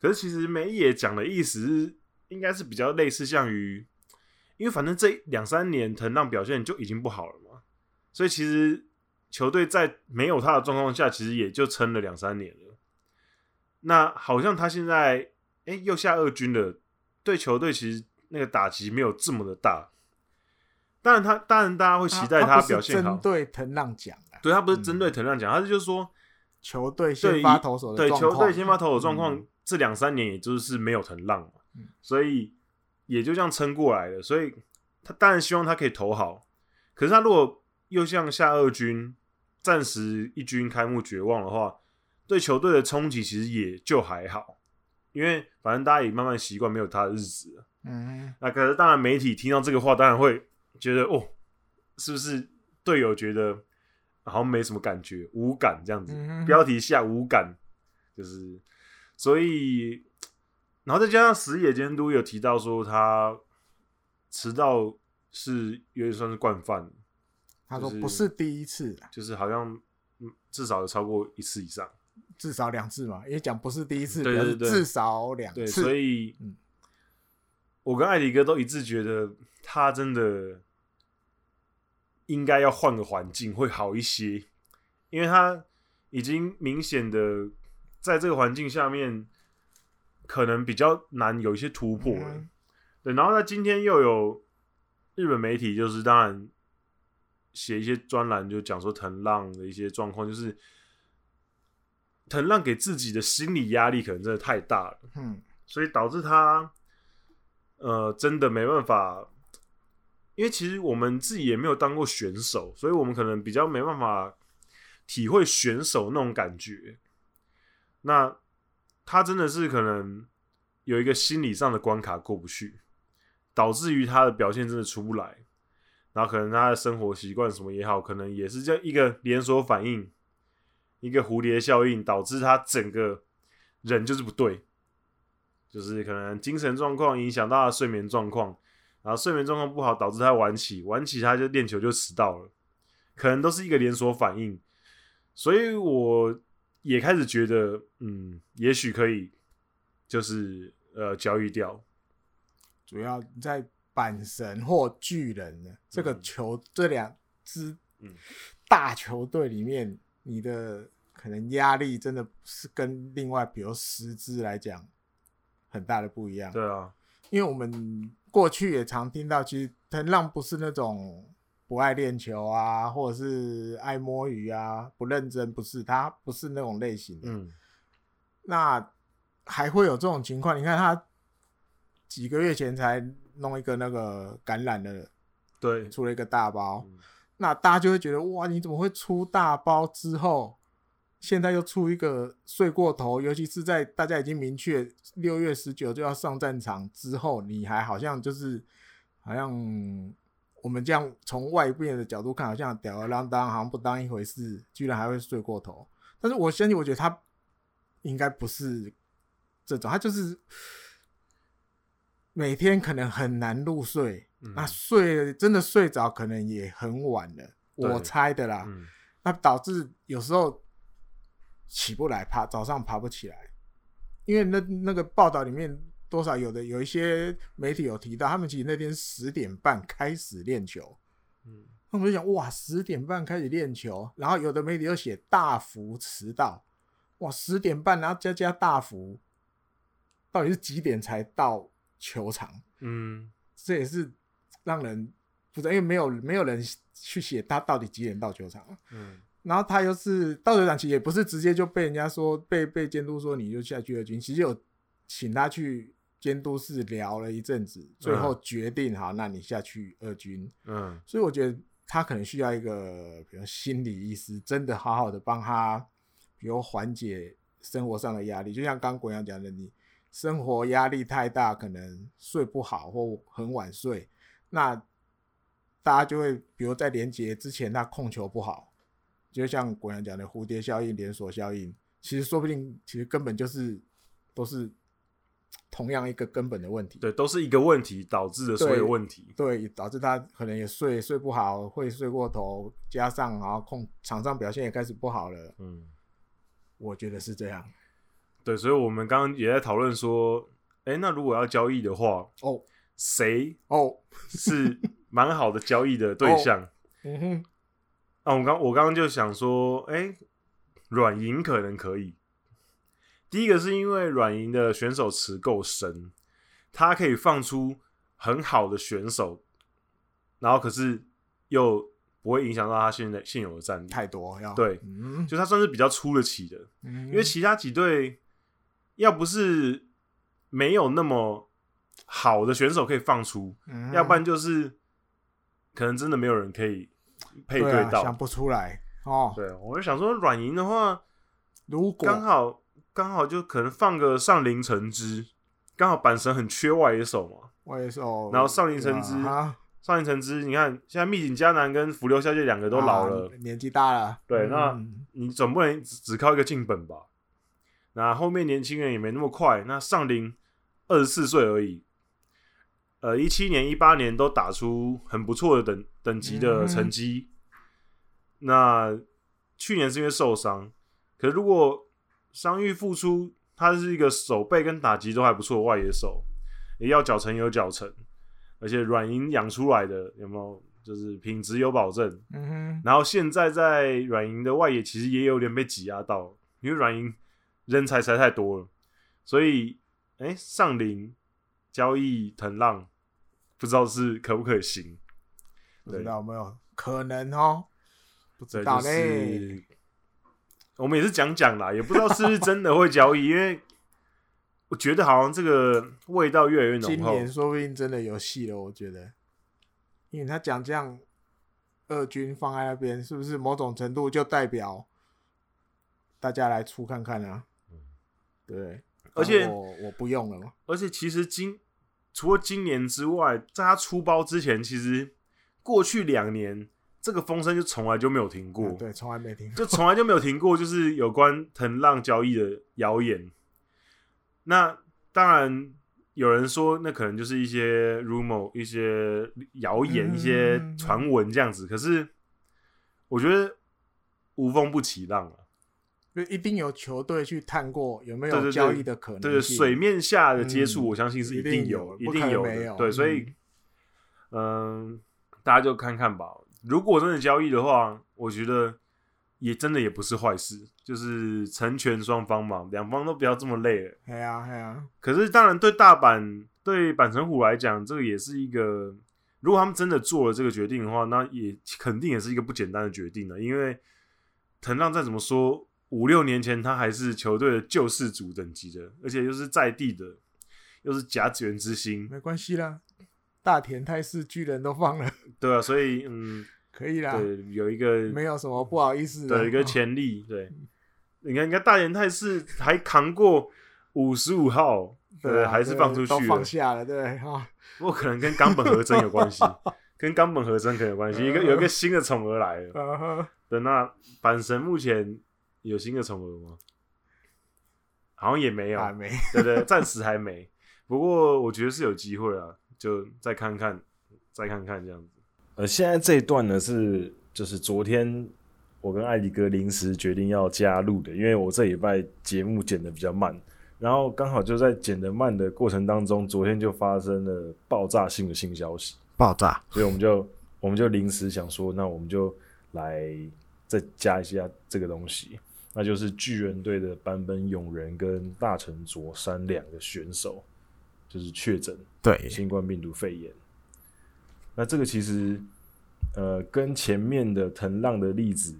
[SPEAKER 2] 可是其实梅野讲的意思是应该是比较类似像于，因为反正这两三年藤浪表现就已经不好了嘛，所以其实球队在没有他的状况下，其实也就撑了两三年了。那好像他现在哎、诶又下二军了，对球队其实那个打击没有这么的大。当然他当然大家会期待
[SPEAKER 1] 啊他不是
[SPEAKER 2] 表现好
[SPEAKER 1] 针，对藤浪奖啊，
[SPEAKER 2] 对他不是针对藤浪讲，他是就是说
[SPEAKER 1] 球队
[SPEAKER 2] 对
[SPEAKER 1] 先发投手的
[SPEAKER 2] 对
[SPEAKER 1] 状
[SPEAKER 2] 球
[SPEAKER 1] 况，
[SPEAKER 2] 队先发投手状况
[SPEAKER 1] 嗯，
[SPEAKER 2] 这两三年也就是没有藤浪嘛
[SPEAKER 1] 嗯，
[SPEAKER 2] 所以也就这样撑过来了。所以他当然希望他可以投好，可是他如果又像下二军暂时一军开幕绝望的话，对球队的冲击其实也就还好，因为反正大家也慢慢习惯没有他的日子了。
[SPEAKER 1] 嗯
[SPEAKER 2] 那可是当然，媒体听到这个话，当然会觉得哦，是不是队友觉得好像没什么感觉，无感这样子？
[SPEAKER 1] 嗯哼
[SPEAKER 2] 标题下无感，就是所以，然后再加上石野监督有提到说他迟到是有点算是惯犯，
[SPEAKER 1] 他说
[SPEAKER 2] 就是
[SPEAKER 1] 不是第一次啊，
[SPEAKER 2] 就是好像嗯至少有超过一次以上。
[SPEAKER 1] 至少两次嘛，因为讲不是第一次，
[SPEAKER 2] 对
[SPEAKER 1] 表示
[SPEAKER 2] 对对
[SPEAKER 1] 至少两
[SPEAKER 2] 对，
[SPEAKER 1] 次，
[SPEAKER 2] 所以，
[SPEAKER 1] 嗯
[SPEAKER 2] 我跟艾迪哥都一致觉得他真的应该要换个环境会好一些，因为他已经明显的在这个环境下面，可能比较难有一些突破了。
[SPEAKER 1] 嗯
[SPEAKER 2] 对，然后他今天又有日本媒体，就是当然写一些专栏，就讲说藤浪的一些状况，就是藤浪给自己的心理压力可能真的太大了，
[SPEAKER 1] 嗯
[SPEAKER 2] 所以导致他呃真的没办法。因为其实我们自己也没有当过选手，所以我们可能比较没办法体会选手那种感觉。那他真的是可能有一个心理上的关卡过不去，导致于他的表现真的出不来。然后可能他的生活习惯什么也好，可能也是这一个连锁反应，一个蝴蝶效应，导致他整个人就是不对，就是可能精神状况影响到他的睡眠状况，然后睡眠状况不好导致他晚起，晚起他就练球就迟到了，可能都是一个连锁反应。所以我也开始觉得，嗯，也许可以就是呃交易掉。
[SPEAKER 1] 主要在阪神或巨人呢这个球、这两支
[SPEAKER 2] 嗯
[SPEAKER 1] 大球队里面，你的可能压力真的是跟另外比如十支来讲很大的不一样。
[SPEAKER 2] 对啊，
[SPEAKER 1] 因为我们过去也常听到，其实藤浪不是那种不爱练球啊，或者是爱摸鱼啊，不认真，不是他不是那种类型的。
[SPEAKER 2] 嗯，
[SPEAKER 1] 那还会有这种情况？你看他几个月前才弄一个那个感染的，
[SPEAKER 2] 对，
[SPEAKER 1] 出了一个大包，
[SPEAKER 2] 嗯
[SPEAKER 1] 那大家就会觉得哇，你怎么会出大包之后？现在又出一个睡过头，尤其是在大家已经明确六月十九就要上战场之后，你还好像就是好像我们这样从外边的角度看，好像吊儿郎当，好像不当一回事，居然还会睡过头。但是我相信，我觉得他应该不是这种，他就是每天可能很难入睡，
[SPEAKER 2] 嗯
[SPEAKER 1] 那睡真的睡着可能也很晚了，
[SPEAKER 2] 对
[SPEAKER 1] 我猜的啦。
[SPEAKER 2] 嗯，
[SPEAKER 1] 那导致有时候起不来，爬早上爬不起来，因为那那个报道里面多少有的有一些媒体有提到，他们其实那天十点半开始练球，
[SPEAKER 2] 嗯，
[SPEAKER 1] 那我们就想哇，十点半开始练球，然后有的媒体又写大幅迟到，哇，十点半然后加加大幅，到底是几点才到球场？
[SPEAKER 2] 嗯，
[SPEAKER 1] 这也是让人不知道，因为没有没有人去写他到底几点到球场啊。
[SPEAKER 2] 嗯，
[SPEAKER 1] 然后他又是到球场，其实也不是直接就被人家说被被监督说你就下俱乐军，其实有请他去监督室聊了一阵子，最后决定、好，那你下去二军。
[SPEAKER 2] 嗯，
[SPEAKER 1] 所以我觉得他可能需要一个，比如心理医师，真的好好的帮他，比如缓解生活上的压力。就像刚国阳讲的，你生活压力太大，可能睡不好或很晚睡，那大家就会，比如在连接之前，他控球不好，就像国阳讲的蝴蝶效应、连锁效应，其实说不定其实根本就是都是同样一个根本的问题。
[SPEAKER 2] 对，都是一个问题导致的所
[SPEAKER 1] 对
[SPEAKER 2] 有问题。
[SPEAKER 1] 对，导致他可能也睡睡不好，会睡过头，加上然后控场上表现也开始不好了，
[SPEAKER 2] 嗯，
[SPEAKER 1] 我觉得是这样。
[SPEAKER 2] 对，所以我们刚刚也在讨论说，哎、那如果要交易的话，
[SPEAKER 1] 哦
[SPEAKER 2] 谁
[SPEAKER 1] 哦，
[SPEAKER 2] 是蛮好的交易的对象？
[SPEAKER 1] 嗯哼，
[SPEAKER 2] 啊，我刚我刚刚就想说，哎、软银可能可以。第一个是因为软银的选手池够深，他可以放出很好的选手，然后可是又不会影响到他现在现有的战力，
[SPEAKER 1] 太多要
[SPEAKER 2] 对
[SPEAKER 1] 嗯，
[SPEAKER 2] 就他算是比较出得起的。
[SPEAKER 1] 因
[SPEAKER 2] 因为其他几队要不是没有那么好的选手可以放出，
[SPEAKER 1] 嗯
[SPEAKER 2] 要不然就是可能真的没有人可以配
[SPEAKER 1] 对啊
[SPEAKER 2] 到。
[SPEAKER 1] 想不出来哦。
[SPEAKER 2] 对，我就想说软银的话，
[SPEAKER 1] 如果
[SPEAKER 2] 刚好刚好就可能放个上林橙之，刚好阪神很缺外野手嘛。
[SPEAKER 1] 我也是哦，
[SPEAKER 2] 然后上林诚之
[SPEAKER 1] 啊
[SPEAKER 2] 上林橙之，你看现在密井嘉南跟福流孝介两个都老了，
[SPEAKER 1] 啊年纪大了，
[SPEAKER 2] 对那
[SPEAKER 1] 嗯
[SPEAKER 2] 你总不能只只靠一个进本吧？那后面年轻人也没那么快。那上林二十四岁而已，呃，一七年、一八年都打出很不错的等等级的成绩。那去年是因为受伤，可是如果伤愈复出，他是一个手背跟打击都还不错的外野手，也要脚程有脚程，而且软银养出来的有没有就是品质有保证。
[SPEAKER 1] 嗯哼，
[SPEAKER 2] 然后现在在软银的外野其实也有点被挤压到，因为软银人才实在太多了，所以哎上林交易藤浪不知道是可不可行，
[SPEAKER 1] 不知道有没有可能哦？不
[SPEAKER 2] 对，
[SPEAKER 1] 知道
[SPEAKER 2] 就
[SPEAKER 1] 嘞，
[SPEAKER 2] 是我们也是讲讲啦，也不知道是不是真的会交易，因为我觉得好像这个味道越来越
[SPEAKER 1] 今
[SPEAKER 2] 浓厚
[SPEAKER 1] 年，说不定真的有戏了，我觉得，因为他讲这样，二军放在那边，是不是某种程度就代表大家来出看看啊？
[SPEAKER 3] 嗯
[SPEAKER 1] 对，
[SPEAKER 2] 而且
[SPEAKER 1] 但我我不用了嘛，
[SPEAKER 2] 而且其实今除了今年之外，在他出包之前，其实过去两年这个风声就从来就没有停过，
[SPEAKER 1] 啊对，从来没听过，
[SPEAKER 2] 就从来就没有停过，就是有关藤浪交易的谣言。那当然，
[SPEAKER 3] 有人说那可能就是一些 rumor、一些谣言、
[SPEAKER 1] 嗯
[SPEAKER 3] 一些传闻这样子，可是我觉得无风不起浪啊，
[SPEAKER 1] 就一定有球队去探过有没
[SPEAKER 3] 对
[SPEAKER 1] 有
[SPEAKER 3] 对对
[SPEAKER 1] 交易的可能性。
[SPEAKER 3] 对水面下的接触，
[SPEAKER 1] 嗯
[SPEAKER 3] 我相信是
[SPEAKER 1] 一
[SPEAKER 3] 定
[SPEAKER 1] 定有
[SPEAKER 3] 一
[SPEAKER 1] 不
[SPEAKER 3] 定
[SPEAKER 1] 可能
[SPEAKER 3] 有的，
[SPEAKER 1] 没有
[SPEAKER 3] 对，所以嗯、大家就看看吧。如果真的交易的话，我觉得也真的也不是坏事，就是成全双方嘛，两方都不要这么累了。
[SPEAKER 1] 哎呀哎呀，
[SPEAKER 3] 可是当然对大阪、对阪神虎来讲，这个也是一个，如果他们真的做了这个决定的话，那也肯定也是一个不简单的决定了，因为藤浪再怎么说，五六年前他还是球队的救世主等级的，而且又是在地的，又是甲子园之星，
[SPEAKER 1] 没关系啦，大田泰是巨人都放了，
[SPEAKER 3] 对啊，所以嗯，
[SPEAKER 1] 可以啦，
[SPEAKER 3] 对，有一个
[SPEAKER 1] 啊没有什啊哦么不好意思的。
[SPEAKER 3] 对一个潜力，对，
[SPEAKER 1] 嗯
[SPEAKER 3] 你看，你看大连泰是还扛过五十五号，
[SPEAKER 1] 对啊，
[SPEAKER 3] 还是放出去
[SPEAKER 1] 都
[SPEAKER 3] 了
[SPEAKER 1] 放下了，对哈，
[SPEAKER 3] 不过可能跟冈本和真有关系，跟冈本和真可能有关系。一个有一个新的宠儿来了。
[SPEAKER 1] 呃呵
[SPEAKER 3] 对，那阪神目前有新的宠儿吗？好像也没有，
[SPEAKER 1] 还没，
[SPEAKER 3] 对对，暂时还没。不过我觉得是有机会啊，就再看看，再看看这样子。
[SPEAKER 2] 呃，现在这一段呢是就是昨天我跟艾迪哥临时决定要加入的，因为我这礼拜节目剪的比较慢，然后刚好就在剪的慢的过程当中，昨天就发生了爆炸性的新消息，
[SPEAKER 1] 爆炸，
[SPEAKER 2] 所以我们就我们就临时想说，那我们就来再加一下这个东西，那就是巨人队的坂本勇人跟大城卓山两个选手就是确诊，
[SPEAKER 1] 对
[SPEAKER 2] 新冠病毒肺炎。那这个其实，呃，跟前面的藤浪的例子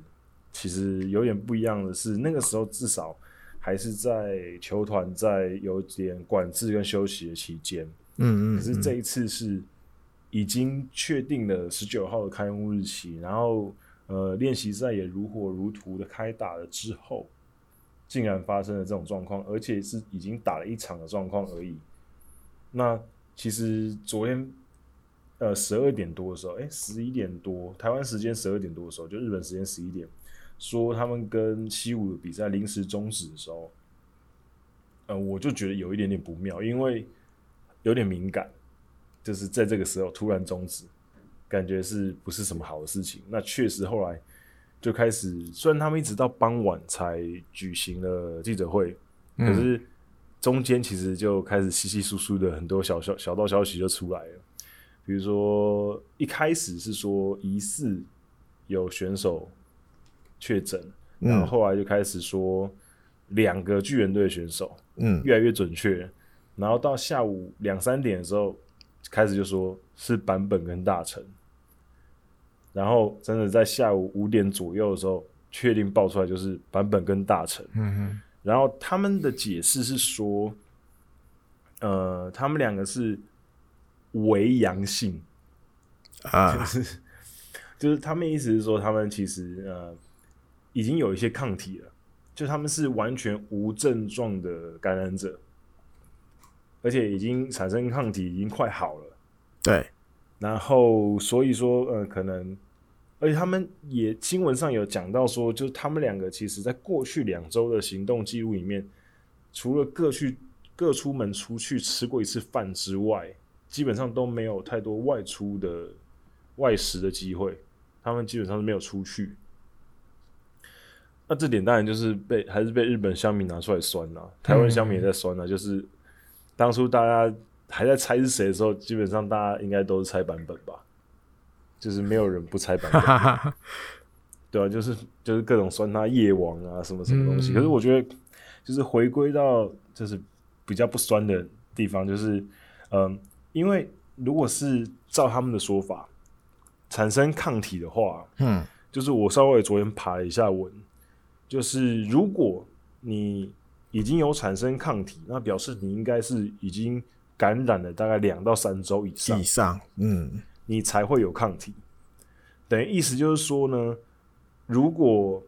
[SPEAKER 2] 其实有点不一样的是，那个时候至少还是在球团在有点管制跟休息的期间，
[SPEAKER 1] 嗯
[SPEAKER 2] 可是这一次是已经确定了十九号的开幕日期，然后呃练习赛也如火如荼的开打了之后，竟然发生了这种状况，而且是已经打了一场的状况而已。那其实昨天呃十二点多的时候，哎十一点多台湾时间十二点多的时候，就日本时间十一点，说他们跟西武的比赛临时终止的时候，呃我就觉得有一点点不妙，因为。有点敏感，就是在这个时候突然终止，感觉是不是什么好的事情？那确实后来就开始，虽然他们一直到傍晚才举行了记者会，可是中间其实就开始稀稀疏疏的很多小小小道消息就出来了。比如说一开始是说疑似有选手确诊，然后后来就开始说两个巨人队的选手，
[SPEAKER 1] 嗯
[SPEAKER 2] 越来越准确。然后到下午两三点的时候，开始就说是版本跟大成，然后真的在下午五点左右的时候，确定爆出来就是版本跟大成。
[SPEAKER 1] 嗯
[SPEAKER 2] 然后他们的解释是说，呃，他们两个是为阳性，
[SPEAKER 1] 哼啊，
[SPEAKER 2] 就是他们意思是说，他们其实呃已经有一些抗体了，就他们是完全无症状的感染者，而且已经产生抗体，已经快好了。
[SPEAKER 1] <laughs> 对，
[SPEAKER 2] 然后所以说，呃，可能，而且他们也新闻上有讲到说，就是他们两个其实在过去两周的行动记录里面，除了各去各出门出去吃过一次饭之外，基本上都没有太多外出的外食的机会，他们基本上是没有出去。那这点当然就是被还是被日本乡民拿出来酸了、台湾乡民也在酸了、啊就是当初大家还在猜是谁的时候，基本上大家应该都是猜版本吧，就是没有人不猜版本
[SPEAKER 1] 哈，哈哈，
[SPEAKER 2] 对啊，就是就是各种酸他夜王啊什么什么东西。
[SPEAKER 1] 嗯
[SPEAKER 2] 可是我觉得，就是回归到就是比较不酸的地方，就是嗯，因为如果是照他们的说法，产生抗体的话，
[SPEAKER 1] 嗯
[SPEAKER 2] 就是我稍微昨天爬了一下文，就是如果你已经有产生抗体，那表示你应该是已经感染了大概两到三周以上
[SPEAKER 1] 以，上，嗯
[SPEAKER 2] 你才会有抗体。等于意思就是说呢，如果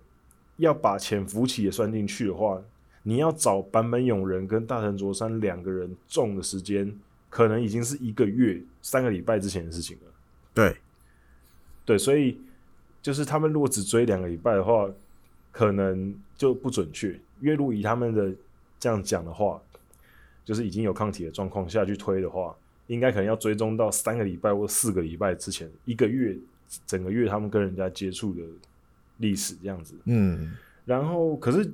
[SPEAKER 2] 要把潜伏期也算进去的话，你要找坂本勇人跟大藤卓山两个人中的时间，可能已经是一个月、三个礼拜之前的事情了。
[SPEAKER 1] 对，
[SPEAKER 2] 对，所以就是他们如果只追两个礼拜的话，可能就不准确。因为如果以他们的这样讲的话，就是已经有抗体的状况下去推的话，应该可能要追踪到三个礼拜或四个礼拜之前，一个月整个月他们跟人家接触的历史这样子。
[SPEAKER 1] 嗯，
[SPEAKER 2] 然后可是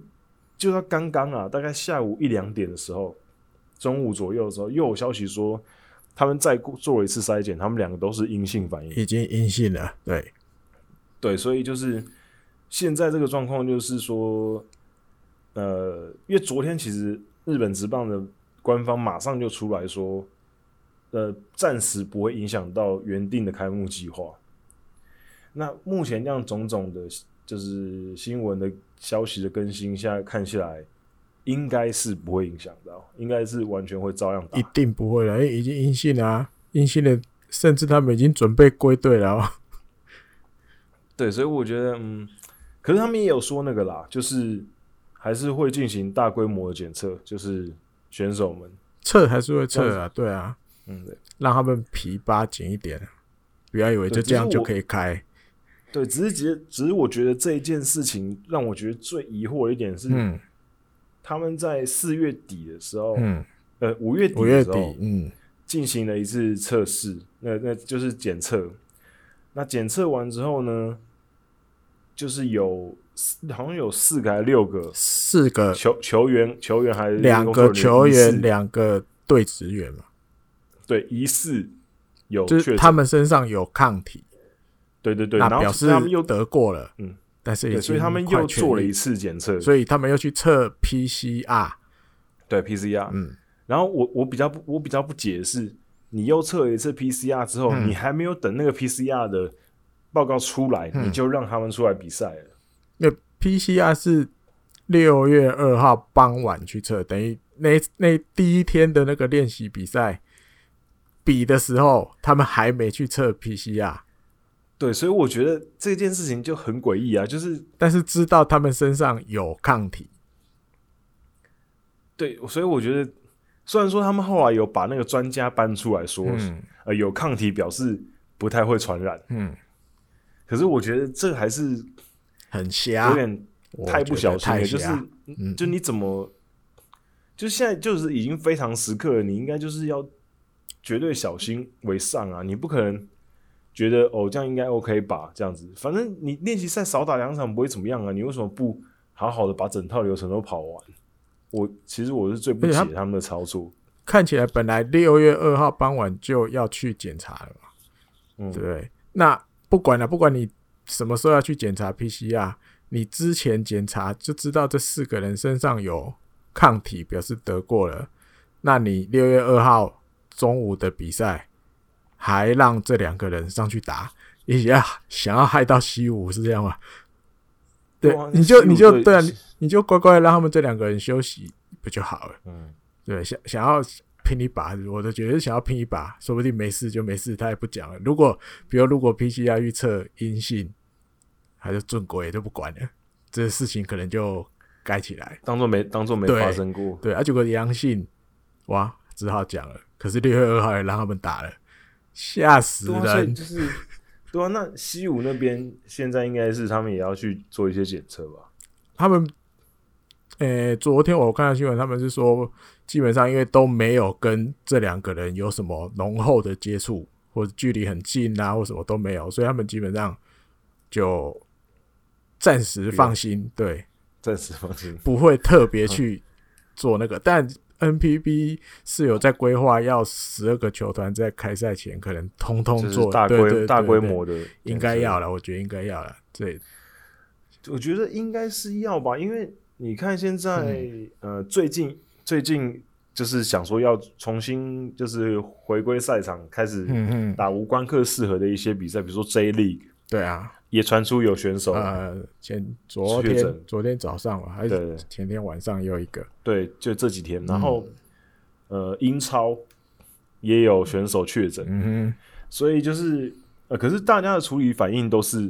[SPEAKER 2] 就到刚刚啊，大概下午一两点的时候，中午左右的时候，又有消息说他们再过做了一次筛检，他们两个都是阴性反应。
[SPEAKER 1] 已经阴性了，对，
[SPEAKER 2] 对，所以就是现在这个状况就是说，呃，因为昨天其实日本职棒的官方马上就出来说，呃，暂时不会影响到原定的开幕计划。那目前这样种种的，就是新闻的消息的更新，现在看起来应该是不会影响到，应该是完全会照样打
[SPEAKER 1] 一。定不会了，因为已经阴性了、啊，阴性的，甚至他们已经准备归队了、哦。
[SPEAKER 2] 对，所以我觉得，嗯，可是他们也有说那个啦，就是还是会进行大规模的检测，就是选手们，
[SPEAKER 1] 撤还是会撤啊，对啊，
[SPEAKER 2] 嗯，对，
[SPEAKER 1] 让他们皮扒紧一点，不要以为
[SPEAKER 2] 对
[SPEAKER 1] 就这样
[SPEAKER 2] 只是
[SPEAKER 1] 就
[SPEAKER 2] 我
[SPEAKER 1] 可以开。
[SPEAKER 2] 对，只是只只是我觉得这一件事情让我觉得最疑惑的一点是，
[SPEAKER 1] 嗯
[SPEAKER 2] 他们在四月底的时候，
[SPEAKER 1] 嗯，
[SPEAKER 2] 呃，五月底
[SPEAKER 1] 五月
[SPEAKER 2] 的时
[SPEAKER 1] 底
[SPEAKER 2] 候，
[SPEAKER 1] 嗯，
[SPEAKER 2] 进行了一次测试，那那就是检测。那检测完之后呢，就是有四好像有四个还是六个
[SPEAKER 1] 四个
[SPEAKER 2] 球球员球员还是
[SPEAKER 1] 两
[SPEAKER 2] 工作
[SPEAKER 1] 个
[SPEAKER 2] 人
[SPEAKER 1] 球
[SPEAKER 2] 疑似
[SPEAKER 1] 员，两个队职员嘛，
[SPEAKER 2] 对，疑似有
[SPEAKER 1] 就
[SPEAKER 2] 确
[SPEAKER 1] 是
[SPEAKER 2] 诊，
[SPEAKER 1] 他们身上有抗体，
[SPEAKER 2] 对对对，
[SPEAKER 1] 那
[SPEAKER 2] 然
[SPEAKER 1] 表
[SPEAKER 2] 后
[SPEAKER 1] 示
[SPEAKER 2] 他们又
[SPEAKER 1] 得过了，
[SPEAKER 2] 嗯，
[SPEAKER 1] 但是已
[SPEAKER 2] 对，
[SPEAKER 1] 经
[SPEAKER 2] 所以他们
[SPEAKER 1] 快
[SPEAKER 2] 又
[SPEAKER 1] 痊
[SPEAKER 2] 做了
[SPEAKER 1] 愈
[SPEAKER 2] 一次检测，
[SPEAKER 1] 所以他们又去测 PCR，
[SPEAKER 2] 对 PCR，
[SPEAKER 1] 嗯，
[SPEAKER 2] 然后我我比较不我比较不解的是，你又测了一次 PCR 之后，
[SPEAKER 1] 嗯
[SPEAKER 2] 你还没有等那个 PCR 的报告出来，
[SPEAKER 1] 嗯
[SPEAKER 2] 你就让他们出来比赛了，
[SPEAKER 1] 那 PCR 是六月二号傍晚去测，等于那那第一天的那个练习比赛比的时候，他们还没去测 PCR，
[SPEAKER 2] 对，所以我觉得这件事情就很诡异啊，就是
[SPEAKER 1] 但是知道他们身上有抗体，
[SPEAKER 2] 对，所以我觉得虽然说他们后来有把那个专家搬出来说，呃，有抗体表示不太会传染，
[SPEAKER 1] 嗯，
[SPEAKER 2] 可是我觉得这还是
[SPEAKER 1] 很瞎
[SPEAKER 2] 有，点
[SPEAKER 1] 啊我
[SPEAKER 2] 太不
[SPEAKER 1] 觉
[SPEAKER 2] 小
[SPEAKER 1] 得
[SPEAKER 2] 心
[SPEAKER 1] 太
[SPEAKER 2] 了，就是
[SPEAKER 1] 瞎，嗯
[SPEAKER 2] 就你怎么，就现在就是已经非常时刻了，你应该就是要绝对小心为上啊，你不可能觉得哦这样应该 OK 吧，这样子，反正你练习赛少打两场不会怎么样啊，你为什么不好好的把整套流程都跑完？我其实我是最不
[SPEAKER 1] 而且
[SPEAKER 2] 解
[SPEAKER 1] 他
[SPEAKER 2] 他们的操作，
[SPEAKER 1] 看起来本来六月二号傍晚就要去检查了嘛，
[SPEAKER 2] 嗯
[SPEAKER 1] 对不对？那不管了，不管你什么时候要去检查 PCR，你之前检查就知道这四个人身上有抗体，表示得过了。那你六月二号中午的比赛，还让这两个人上去打，也要想要害到西武是这样吗？对
[SPEAKER 2] 哇，
[SPEAKER 1] 你就
[SPEAKER 2] 那
[SPEAKER 1] 你
[SPEAKER 2] 西武
[SPEAKER 1] 就
[SPEAKER 2] 队
[SPEAKER 1] 对啊，
[SPEAKER 2] 是
[SPEAKER 1] 你你就乖乖让他们这两个人休息不就好了？
[SPEAKER 2] 嗯。
[SPEAKER 1] 对，想想要拼一把，我都觉得想要拼一把，说不定没事就没事，他也不讲了。如果比如如果 PCR 预测阴性，他就正规都不管了，这事情可能就盖起来。
[SPEAKER 2] 当做没当做没
[SPEAKER 1] 对
[SPEAKER 2] 发生过，
[SPEAKER 1] 对，啊，结果阳性，哇，只好讲了。可是六月二号也让他们打了，吓死
[SPEAKER 2] 对啊，所以
[SPEAKER 1] 人！
[SPEAKER 2] 就是对啊。那西武那边现在应该是他们也要去做一些检测吧？
[SPEAKER 1] 他们，呃、昨天我看到新闻，他们是说，基本上因为都没有跟这两个人有什么浓厚的接触，或者距离很近啊，或什么都没有，所以他们基本上就暂时放心，对，
[SPEAKER 2] 暂时放心。
[SPEAKER 1] 不会特别去做那个。但 NPB 是有在规划，要十二个球团在开赛前可能通通
[SPEAKER 2] 就是
[SPEAKER 1] 做
[SPEAKER 2] 大
[SPEAKER 1] 对对
[SPEAKER 2] 规
[SPEAKER 1] 对
[SPEAKER 2] 大规
[SPEAKER 1] 对
[SPEAKER 2] 模的，
[SPEAKER 1] 应该要。了，我觉得应该要了，对，
[SPEAKER 2] 我觉得应该是要吧，因为你看现在、
[SPEAKER 1] 嗯
[SPEAKER 2] 呃，最近最近就是想说要重新就是回归赛场，开始
[SPEAKER 1] 嗯嗯，
[SPEAKER 2] 打无关客适合的一些比赛，比如说 J League
[SPEAKER 1] 对啊。
[SPEAKER 2] 也传出有选手、
[SPEAKER 1] 呃，前昨
[SPEAKER 2] 确
[SPEAKER 1] 天
[SPEAKER 2] 诊
[SPEAKER 1] 昨天早上吧，还
[SPEAKER 2] 对
[SPEAKER 1] 是前天晚上有一个，
[SPEAKER 2] 对，就这几天，
[SPEAKER 1] 嗯
[SPEAKER 2] 然后、呃，英超也有选手确诊，
[SPEAKER 1] 嗯哼，
[SPEAKER 2] 所以就是呃，可是大家的处理反应都是，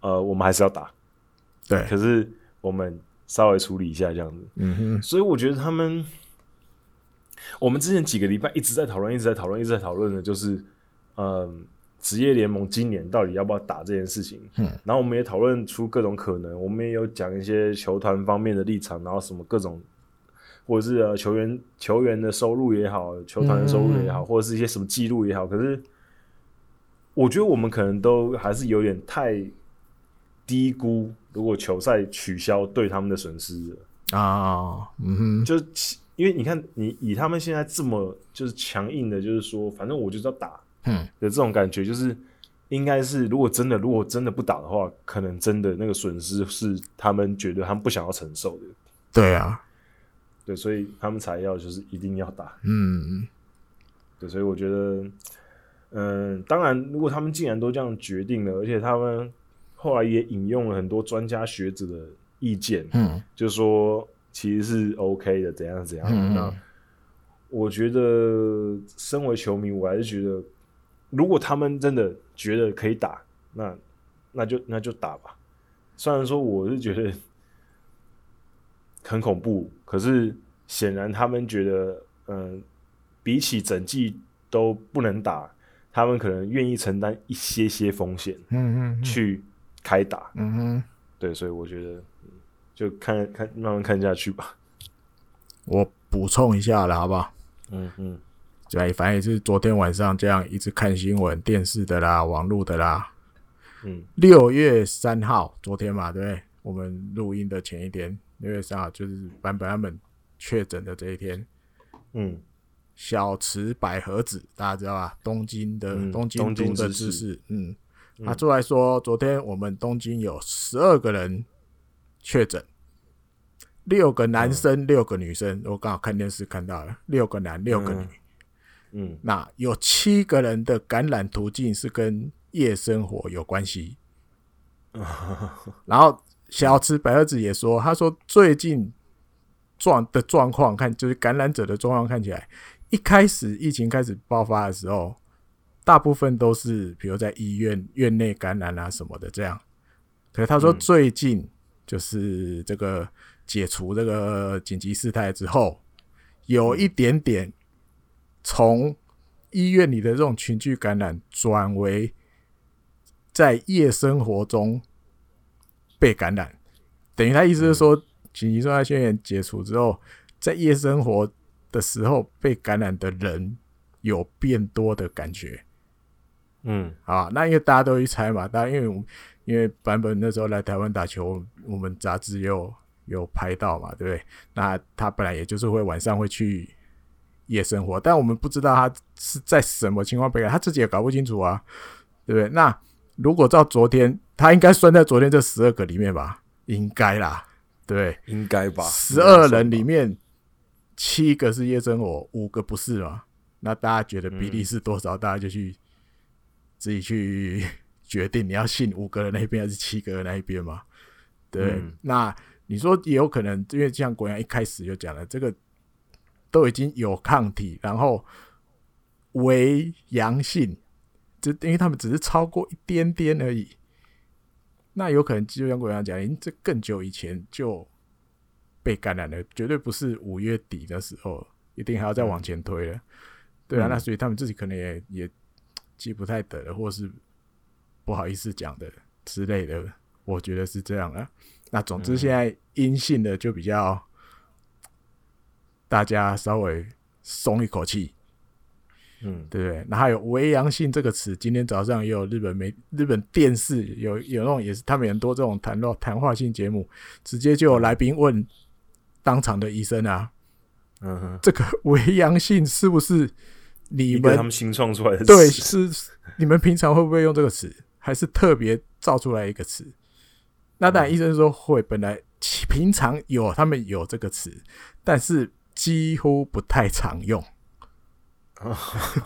[SPEAKER 2] 呃，我们还是要打，
[SPEAKER 1] 对，
[SPEAKER 2] 可是我们稍微处理一下这样子。
[SPEAKER 1] 嗯哼，
[SPEAKER 2] 所以我觉得他们，我们之前几个礼拜一直在讨论，一直在讨论，一直在讨论的就是，嗯、职业联盟今年到底要不要打这件事情。
[SPEAKER 1] 嗯
[SPEAKER 2] 然后我们也讨论出各种可能，我们也有讲一些球团方面的立场，然后什么各种或者是、呃、球员球员的收入也好，球团的收入也好，
[SPEAKER 1] 嗯
[SPEAKER 2] 或者是一些什么记录也好，可是我觉得我们可能都还是有点太低估，如果球赛取消对他们的损失了。
[SPEAKER 1] 啊，嗯哼，
[SPEAKER 2] 就是其因为你看，你以他们现在这么就是强硬的，就是说，反正我就是要打
[SPEAKER 1] 嗯
[SPEAKER 2] 的这种感觉，就是应该是如果真的如果真的不打的话，可能真的那个损失是他们觉得他们不想要承受的，
[SPEAKER 1] 对啊，
[SPEAKER 2] 对，所以他们才要就是一定要打，
[SPEAKER 1] 嗯
[SPEAKER 2] 对，所以我觉得，嗯，当然，如果他们既然都这样决定了，而且他们后来也引用了很多专家学者的意见，
[SPEAKER 1] 嗯
[SPEAKER 2] 就说其实是 OK 的，怎样怎样。
[SPEAKER 1] 嗯
[SPEAKER 2] 那我觉得，身为球迷，我还是觉得，如果他们真的觉得可以打，那那就那就打吧。虽然说我是觉得很恐怖，可是显然他们觉得，嗯、比起整季都不能打，他们可能愿意承担一些些风险
[SPEAKER 1] 嗯嗯
[SPEAKER 2] 去开打。
[SPEAKER 1] 嗯哼，
[SPEAKER 2] 对，所以我觉得嗯就看看慢慢看下去吧。
[SPEAKER 1] 我补充一下了，好不好？
[SPEAKER 2] 嗯嗯，
[SPEAKER 1] 对，反正也是昨天晚上这样一直看新闻，电视的啦，网络的啦。
[SPEAKER 2] 嗯，
[SPEAKER 1] 六月三号，昨天嘛，对不对？我们录音的前一天，六月三号就是版本他们确诊的这一天。
[SPEAKER 2] 嗯
[SPEAKER 1] 小池百合子，大家知道吧？东京的、
[SPEAKER 2] 嗯
[SPEAKER 1] 东京
[SPEAKER 2] 东
[SPEAKER 1] 都
[SPEAKER 2] 京
[SPEAKER 1] 的
[SPEAKER 2] 知
[SPEAKER 1] 知
[SPEAKER 2] 事
[SPEAKER 1] 事，嗯，
[SPEAKER 2] 嗯
[SPEAKER 1] 他出来说，昨天我们东京有十二个人确诊，六个男
[SPEAKER 2] 嗯
[SPEAKER 1] 生，六个女生。我刚好看电视看到了，六个男，六个女。
[SPEAKER 2] 嗯嗯
[SPEAKER 1] 那有七个人的感染途径是跟夜生活有关系。然后小池百合子也说，他说最近状的状况看，就是感染者的状况看起来，一开始疫情开始爆发的时候，大部分都是比如在医院院内感染啊什么的这样。可是他说
[SPEAKER 2] 嗯
[SPEAKER 1] 最近就是这个解除这个紧急事态之后，有一点点从医院里的这种群聚感染转为在夜生活中被感染，等于他意思是说，紧急事态宣言解除之后，在夜生活的时候被感染的人有变多的感觉
[SPEAKER 2] 嗯
[SPEAKER 1] 啊。那因为大家都一猜嘛，大家因为我们因为版本那时候来台湾打球，我们杂志有有拍到嘛，对不对？那他本来也就是会晚上会去夜生活，但我们不知道他是在什么情况被感染，他自己也搞不清楚啊，对不对？那如果照昨天，他应该算在昨天这十二个里面吧，应该啦，对不对。
[SPEAKER 2] 应该吧。
[SPEAKER 1] 十二人里面七个是夜生活，五个不是嘛？那大家觉得比例是多少？大家就去自己去 <laughs> 决定，你要信五个人那一边还是七个人那一边嘛？对，
[SPEAKER 2] 嗯
[SPEAKER 1] 那你说也有可能，因为像国阳一开始就讲了，这个都已经有抗体，然后为阳性，这因为他们只是超过一点点而已。那有可能就像国阳讲，已经这更久以前就被感染了，绝对不是五月底的时候，一定还要再往前推了。对啊，
[SPEAKER 2] 嗯
[SPEAKER 1] 那所以他们自己可能也也记不太得了，或是不好意思讲的之类的，我觉得是这样啊。那总
[SPEAKER 2] 嗯
[SPEAKER 1] 之现在阴性的就比较大家稍微松一口气，
[SPEAKER 2] 嗯
[SPEAKER 1] 对不对？那还有“微阳性”这个词，今天早上也有日本媒、日本电视有有那种也是他们有很多这种谈论谈话性节目，直接就有来宾问当场的医生啊，
[SPEAKER 2] 嗯哼，
[SPEAKER 1] 这个 <laughs> “微阳性”是不是你
[SPEAKER 2] 一个
[SPEAKER 1] 们
[SPEAKER 2] 他们新创出来的
[SPEAKER 1] 对
[SPEAKER 2] 词
[SPEAKER 1] 是你们平常会不会用这个词，还是特别造出来一个词？那
[SPEAKER 2] 嗯
[SPEAKER 1] 当然，医生说会，本来其平常有他们有这个词，但是几乎不太常用。
[SPEAKER 2] 哦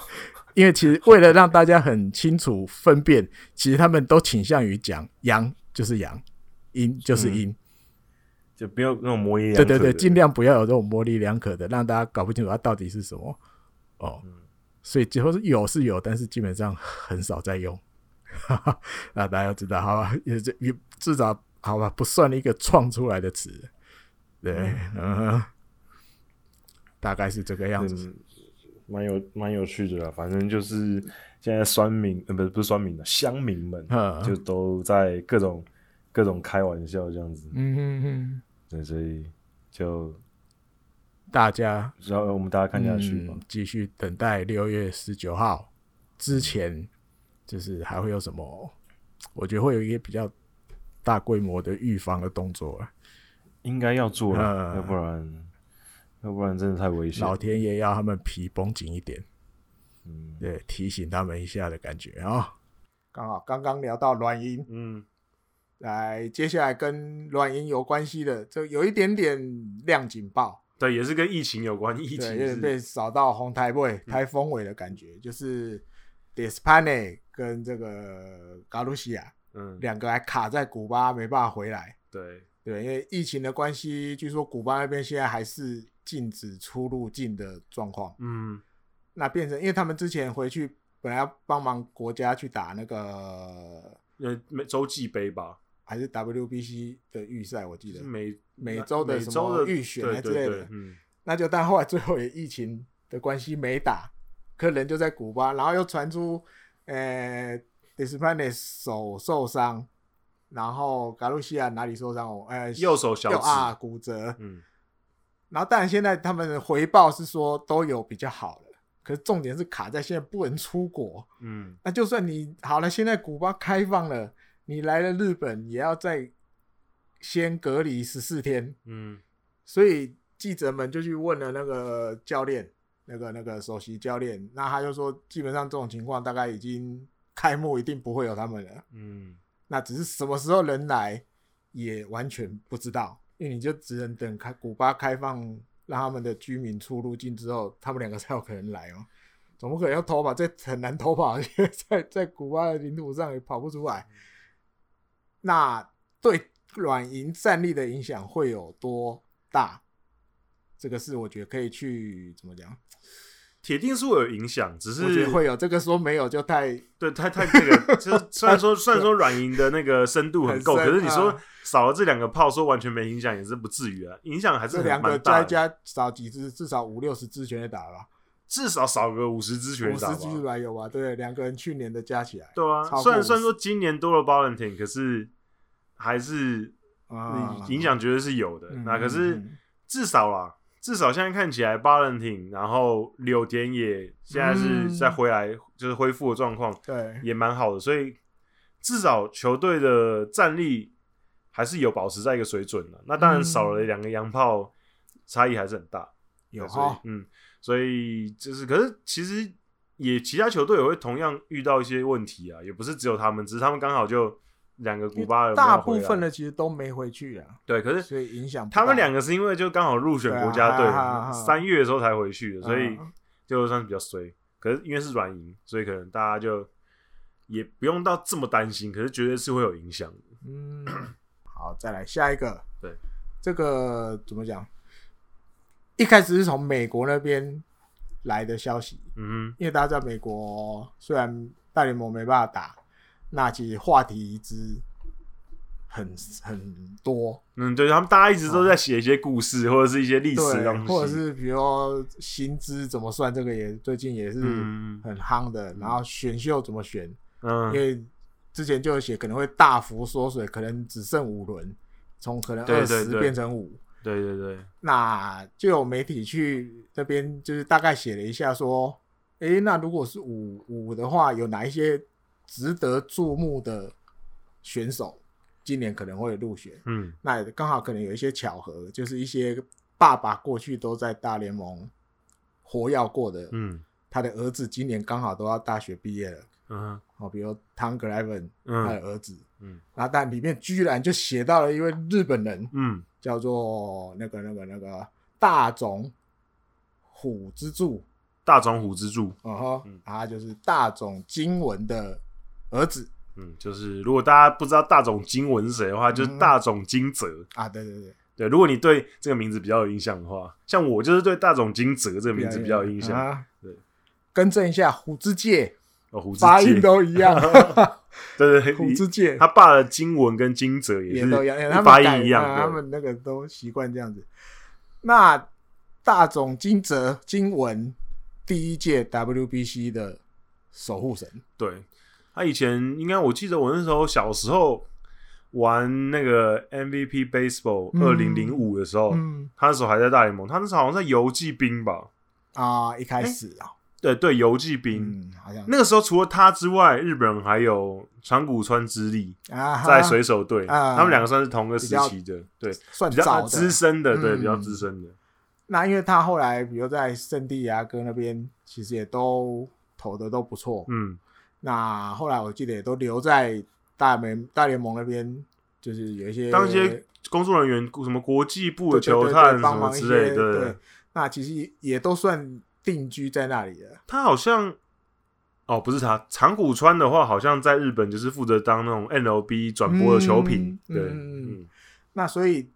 [SPEAKER 1] <laughs> 因为其实为了让大家很清楚分辨，其实他们都倾向于讲阳就是阳，阴就是
[SPEAKER 2] 嗯
[SPEAKER 1] 阴，
[SPEAKER 2] 就不要那种模棱两
[SPEAKER 1] 对
[SPEAKER 2] 可
[SPEAKER 1] 对
[SPEAKER 2] 的。
[SPEAKER 1] 对，尽量不要有这种模棱两可的，让大家搞不清楚它到底是什么。哦，所以最后是有是有，但是基本上很少在用。 <laughs> 哈哈，那大家要知道，好吧，也这也至少好吧，不算一个创出来的词。对，嗯哼，大概是这个样子。
[SPEAKER 2] 嗯，蛮有蛮有趣的啦。反正就是现在酸民，呃，不是不是酸民的乡民们，
[SPEAKER 1] 嗯
[SPEAKER 2] 就都在各种各种开玩笑这样子。
[SPEAKER 1] 嗯嗯
[SPEAKER 2] 对，所以就
[SPEAKER 1] 大家
[SPEAKER 4] 然后我们大家看下去吧
[SPEAKER 1] 嗯。继续等待六月十九号之前，就是还会有什么？我觉得会有一个比较大规模的预防的动作啊，
[SPEAKER 4] 应该要做了，
[SPEAKER 1] 嗯
[SPEAKER 2] 啊
[SPEAKER 4] 要不然，要不然真的太危险
[SPEAKER 1] 老。天爷要他们皮绷紧一点，
[SPEAKER 4] 嗯，
[SPEAKER 1] 对，提醒他们一下的感觉啊、刚好刚刚聊到软银，
[SPEAKER 2] 嗯，
[SPEAKER 1] 来接下来跟软银有关系的，就有一点点亮警报。
[SPEAKER 2] 对，也是跟疫情有关，疫
[SPEAKER 1] 对，
[SPEAKER 2] 情
[SPEAKER 1] 有点
[SPEAKER 2] 是
[SPEAKER 1] 被扫到红台位、台风尾的感觉，就是 Despane 跟这个嘎鲁西亚
[SPEAKER 2] 嗯，
[SPEAKER 1] 两个还卡在古巴没办法回来，
[SPEAKER 2] 对，
[SPEAKER 1] 对，因为疫情的关系，据说古巴那边现在还是禁止出入境的状况，
[SPEAKER 2] 嗯，
[SPEAKER 1] 那变成因为他们之前回去本来要帮忙国家去打那个
[SPEAKER 2] 呃，美洲际杯吧，
[SPEAKER 1] 还是 WBC 的预赛，我记
[SPEAKER 2] 就
[SPEAKER 1] 得
[SPEAKER 2] 是，美
[SPEAKER 1] 美洲的
[SPEAKER 2] 美
[SPEAKER 1] 什
[SPEAKER 2] 洲
[SPEAKER 1] 么
[SPEAKER 2] 的
[SPEAKER 1] 预选啊
[SPEAKER 2] 对
[SPEAKER 1] 之
[SPEAKER 2] 对
[SPEAKER 1] 类
[SPEAKER 2] 对
[SPEAKER 1] 的
[SPEAKER 2] 嗯，
[SPEAKER 1] 那就但后来最后也疫情的关系没打，可人就在古巴，然后又传出，呃 d e s p a n e 手受伤，然后卡路西亚哪里受伤？我呃，
[SPEAKER 2] 右手小
[SPEAKER 1] 右啊
[SPEAKER 2] 指，
[SPEAKER 1] 骨折。
[SPEAKER 2] 嗯，
[SPEAKER 1] 然后当然现在他们的回报是说都有比较好的，可是重点是卡在现在不能出国。
[SPEAKER 2] 嗯，
[SPEAKER 1] 那就算你好了，现在古巴开放了，你来了日本也要再先隔离十四天。
[SPEAKER 2] 嗯，
[SPEAKER 1] 所以记者们就去问了那个教练，那个那个首席教练，那他就说，基本上这种情况大概已经开幕一定不会有他们了，
[SPEAKER 2] 嗯，
[SPEAKER 1] 那只是什么时候能来也完全不知道，因为你就只能等开古巴开放，让他们的居民出入境之后，他们两个才有可能来哦。总不可能要偷跑，这很难偷跑， <laughs> 因为在在古巴的领土上也跑不出来。那对软银战力的影响会有多大？这个是我觉得可以去怎么讲？
[SPEAKER 2] 铁定是会有影响，只
[SPEAKER 1] 我觉
[SPEAKER 2] 是
[SPEAKER 1] 得会有这个说没有就太
[SPEAKER 2] 对太太那
[SPEAKER 1] <laughs>
[SPEAKER 2] 个，就是虽然说虽然说软银的那个深度很够，
[SPEAKER 1] 很
[SPEAKER 2] 可
[SPEAKER 1] 深
[SPEAKER 2] 是你说
[SPEAKER 1] 啊
[SPEAKER 2] 少了这两个炮，说完全没影响也是不至于啊，影响还是
[SPEAKER 1] 这
[SPEAKER 2] 很
[SPEAKER 1] 两个
[SPEAKER 2] 蛮
[SPEAKER 1] 加
[SPEAKER 2] 大
[SPEAKER 1] 一
[SPEAKER 2] 的，
[SPEAKER 1] 加少几支，至少五六十支全垒打了吧，
[SPEAKER 2] 至少少个五十支全
[SPEAKER 1] 五
[SPEAKER 2] 垒打
[SPEAKER 1] 十
[SPEAKER 2] 吧
[SPEAKER 1] 支是吧有吧？对，两个人去年的加起来，
[SPEAKER 2] 对啊
[SPEAKER 1] 超，过
[SPEAKER 2] 虽然
[SPEAKER 1] 50
[SPEAKER 2] 虽然说今年多了 Valentin，可是还是
[SPEAKER 1] 啊，
[SPEAKER 2] 影响绝对是有的。
[SPEAKER 1] 嗯
[SPEAKER 2] 那可
[SPEAKER 1] 嗯
[SPEAKER 2] 是
[SPEAKER 1] 嗯
[SPEAKER 2] 至少啦，至少现在看起来 Valentin，然后柳田也现在是
[SPEAKER 1] 嗯
[SPEAKER 2] 在回来，就是恢复的状况
[SPEAKER 1] 对，
[SPEAKER 2] 也蛮好的，所以至少球队的战力还是有保持在一个水准的。那当然
[SPEAKER 1] 嗯
[SPEAKER 2] 少了两个洋炮，差异还是很大。
[SPEAKER 1] 有
[SPEAKER 2] 所以
[SPEAKER 1] 哈，
[SPEAKER 2] 嗯，所以就是，可是其实也其他球队也会同样遇到一些问题啊，也不是只有他们，只是他们刚好就两个古巴人没有
[SPEAKER 1] 大
[SPEAKER 2] 回
[SPEAKER 1] 部
[SPEAKER 2] 来
[SPEAKER 1] 分的其实都没回去啊，
[SPEAKER 2] 对，可是
[SPEAKER 1] 所以影响不
[SPEAKER 2] 他们
[SPEAKER 1] 大
[SPEAKER 2] 两个是因为就刚好入选
[SPEAKER 1] 对啊
[SPEAKER 2] 国家队
[SPEAKER 1] 哈哈哈哈，
[SPEAKER 2] 三月的时候才回去的，所以
[SPEAKER 1] 嗯
[SPEAKER 2] 就算是比较衰。可是因为是软银，所以可能大家就也不用到这么担心，可是绝对是会有影响的。
[SPEAKER 1] 嗯，好，再来下一个。
[SPEAKER 2] 对，
[SPEAKER 1] 这个怎么讲？一开始是从美国那边来的消息，
[SPEAKER 2] 嗯
[SPEAKER 1] 因为大家知道美国虽然大联盟没办法打，那其实话题之很很多，
[SPEAKER 2] 哼，嗯，对，他们大家一直都在写一些故事、或者是一些历史的
[SPEAKER 1] 对
[SPEAKER 2] 东，西，
[SPEAKER 1] 或者是比如说薪资怎么算，这个也最近也是
[SPEAKER 2] 嗯
[SPEAKER 1] 很夯的，然后选秀怎么选，因
[SPEAKER 2] 嗯，
[SPEAKER 1] 为之前就有写可能会大幅缩水，可能只剩五轮，从可能
[SPEAKER 2] 对
[SPEAKER 1] 二
[SPEAKER 2] 对
[SPEAKER 1] 十
[SPEAKER 2] 对
[SPEAKER 1] 变成五。
[SPEAKER 2] 对对对，
[SPEAKER 1] 那就有媒体去这边就是大概写了一下说，诶，那如果是五五的话，有哪一些值得注目的选手今年可能会入选？
[SPEAKER 2] 嗯
[SPEAKER 1] 那刚好可能有一些巧合，就是一些爸爸过去都在大联盟活跃过的，
[SPEAKER 2] 嗯
[SPEAKER 1] 他的儿子今年刚好都要大学毕业了。
[SPEAKER 2] 嗯
[SPEAKER 1] 哦，比如汤格莱文
[SPEAKER 2] 嗯
[SPEAKER 1] 他的儿子，
[SPEAKER 2] 嗯
[SPEAKER 1] 然后但里面居然就写到了一位日本人，
[SPEAKER 2] 嗯
[SPEAKER 1] 叫做那个那个那个大冢虎之助，，
[SPEAKER 2] 大冢虎之助，
[SPEAKER 1] 嗯哼
[SPEAKER 2] 嗯，
[SPEAKER 1] 他就是大冢经文的儿子
[SPEAKER 2] 嗯，就是如果大家不知道大冢金文是谁的话，就是
[SPEAKER 1] 嗯
[SPEAKER 2] 大冢金泽。
[SPEAKER 1] 啊，对对对，
[SPEAKER 2] 对，如果你对这个名字比较有印象的话，像我就是对大冢金泽这个名字比较有印象。
[SPEAKER 1] 啊
[SPEAKER 2] 对，
[SPEAKER 1] 更正一下，虎之介
[SPEAKER 2] 哦，虎之
[SPEAKER 1] 发音
[SPEAKER 2] 介，
[SPEAKER 1] 都一
[SPEAKER 2] <laughs>
[SPEAKER 1] 样， <laughs>
[SPEAKER 2] 对 <laughs> 对
[SPEAKER 1] 虎之
[SPEAKER 2] 对，
[SPEAKER 1] 介
[SPEAKER 2] 他爸的金文跟金泽也
[SPEAKER 1] 也
[SPEAKER 2] 是
[SPEAKER 1] 都一样，因为他们
[SPEAKER 2] 发
[SPEAKER 1] 改
[SPEAKER 2] 音一样
[SPEAKER 1] 啊他
[SPEAKER 2] 的。
[SPEAKER 1] 们那个都习惯这样子。那大冢金泽金文第一届 WBC 的守护神，
[SPEAKER 2] 对，他以前应该我记得我那时候小时候，玩那个 MVP Baseball
[SPEAKER 1] 嗯
[SPEAKER 2] 二零零五的时候，
[SPEAKER 1] 嗯
[SPEAKER 2] 他那时候还在大联盟，他那时候好像在游击兵吧？
[SPEAKER 1] 啊，一开始啊，
[SPEAKER 2] 对对，游击兵。
[SPEAKER 1] 嗯，好像
[SPEAKER 2] 哎那个时候除了他之外，日本人还有长谷川之力
[SPEAKER 1] 啊哈，
[SPEAKER 2] 在水手队，
[SPEAKER 1] 啊
[SPEAKER 2] 他们两个算是同个时期的，对，
[SPEAKER 1] 算
[SPEAKER 2] 比较
[SPEAKER 1] 早的
[SPEAKER 2] 资。深的，对，
[SPEAKER 1] 嗯
[SPEAKER 2] 比较资深的。
[SPEAKER 1] 那因为他后来，比如在圣地亚哥那边，其实也都投的都不错。
[SPEAKER 2] 嗯，
[SPEAKER 1] 那后来我记得也都留在大联大联盟那边，就是有一些
[SPEAKER 2] 当一些工作人员，什么国际部
[SPEAKER 1] 对
[SPEAKER 2] 的
[SPEAKER 1] 对对
[SPEAKER 2] 球
[SPEAKER 1] 对
[SPEAKER 2] 探什
[SPEAKER 1] 帮
[SPEAKER 2] 么
[SPEAKER 1] 忙一
[SPEAKER 2] 之类
[SPEAKER 1] 些
[SPEAKER 2] 的，
[SPEAKER 1] 对，那其实也都算定居在那里了。
[SPEAKER 2] 他好像哦，不是他，长谷川的话，好像在日本就是负责当那种 NLB 转播的球评，
[SPEAKER 1] 嗯
[SPEAKER 2] 对，
[SPEAKER 1] 嗯
[SPEAKER 2] 嗯，
[SPEAKER 1] 那所以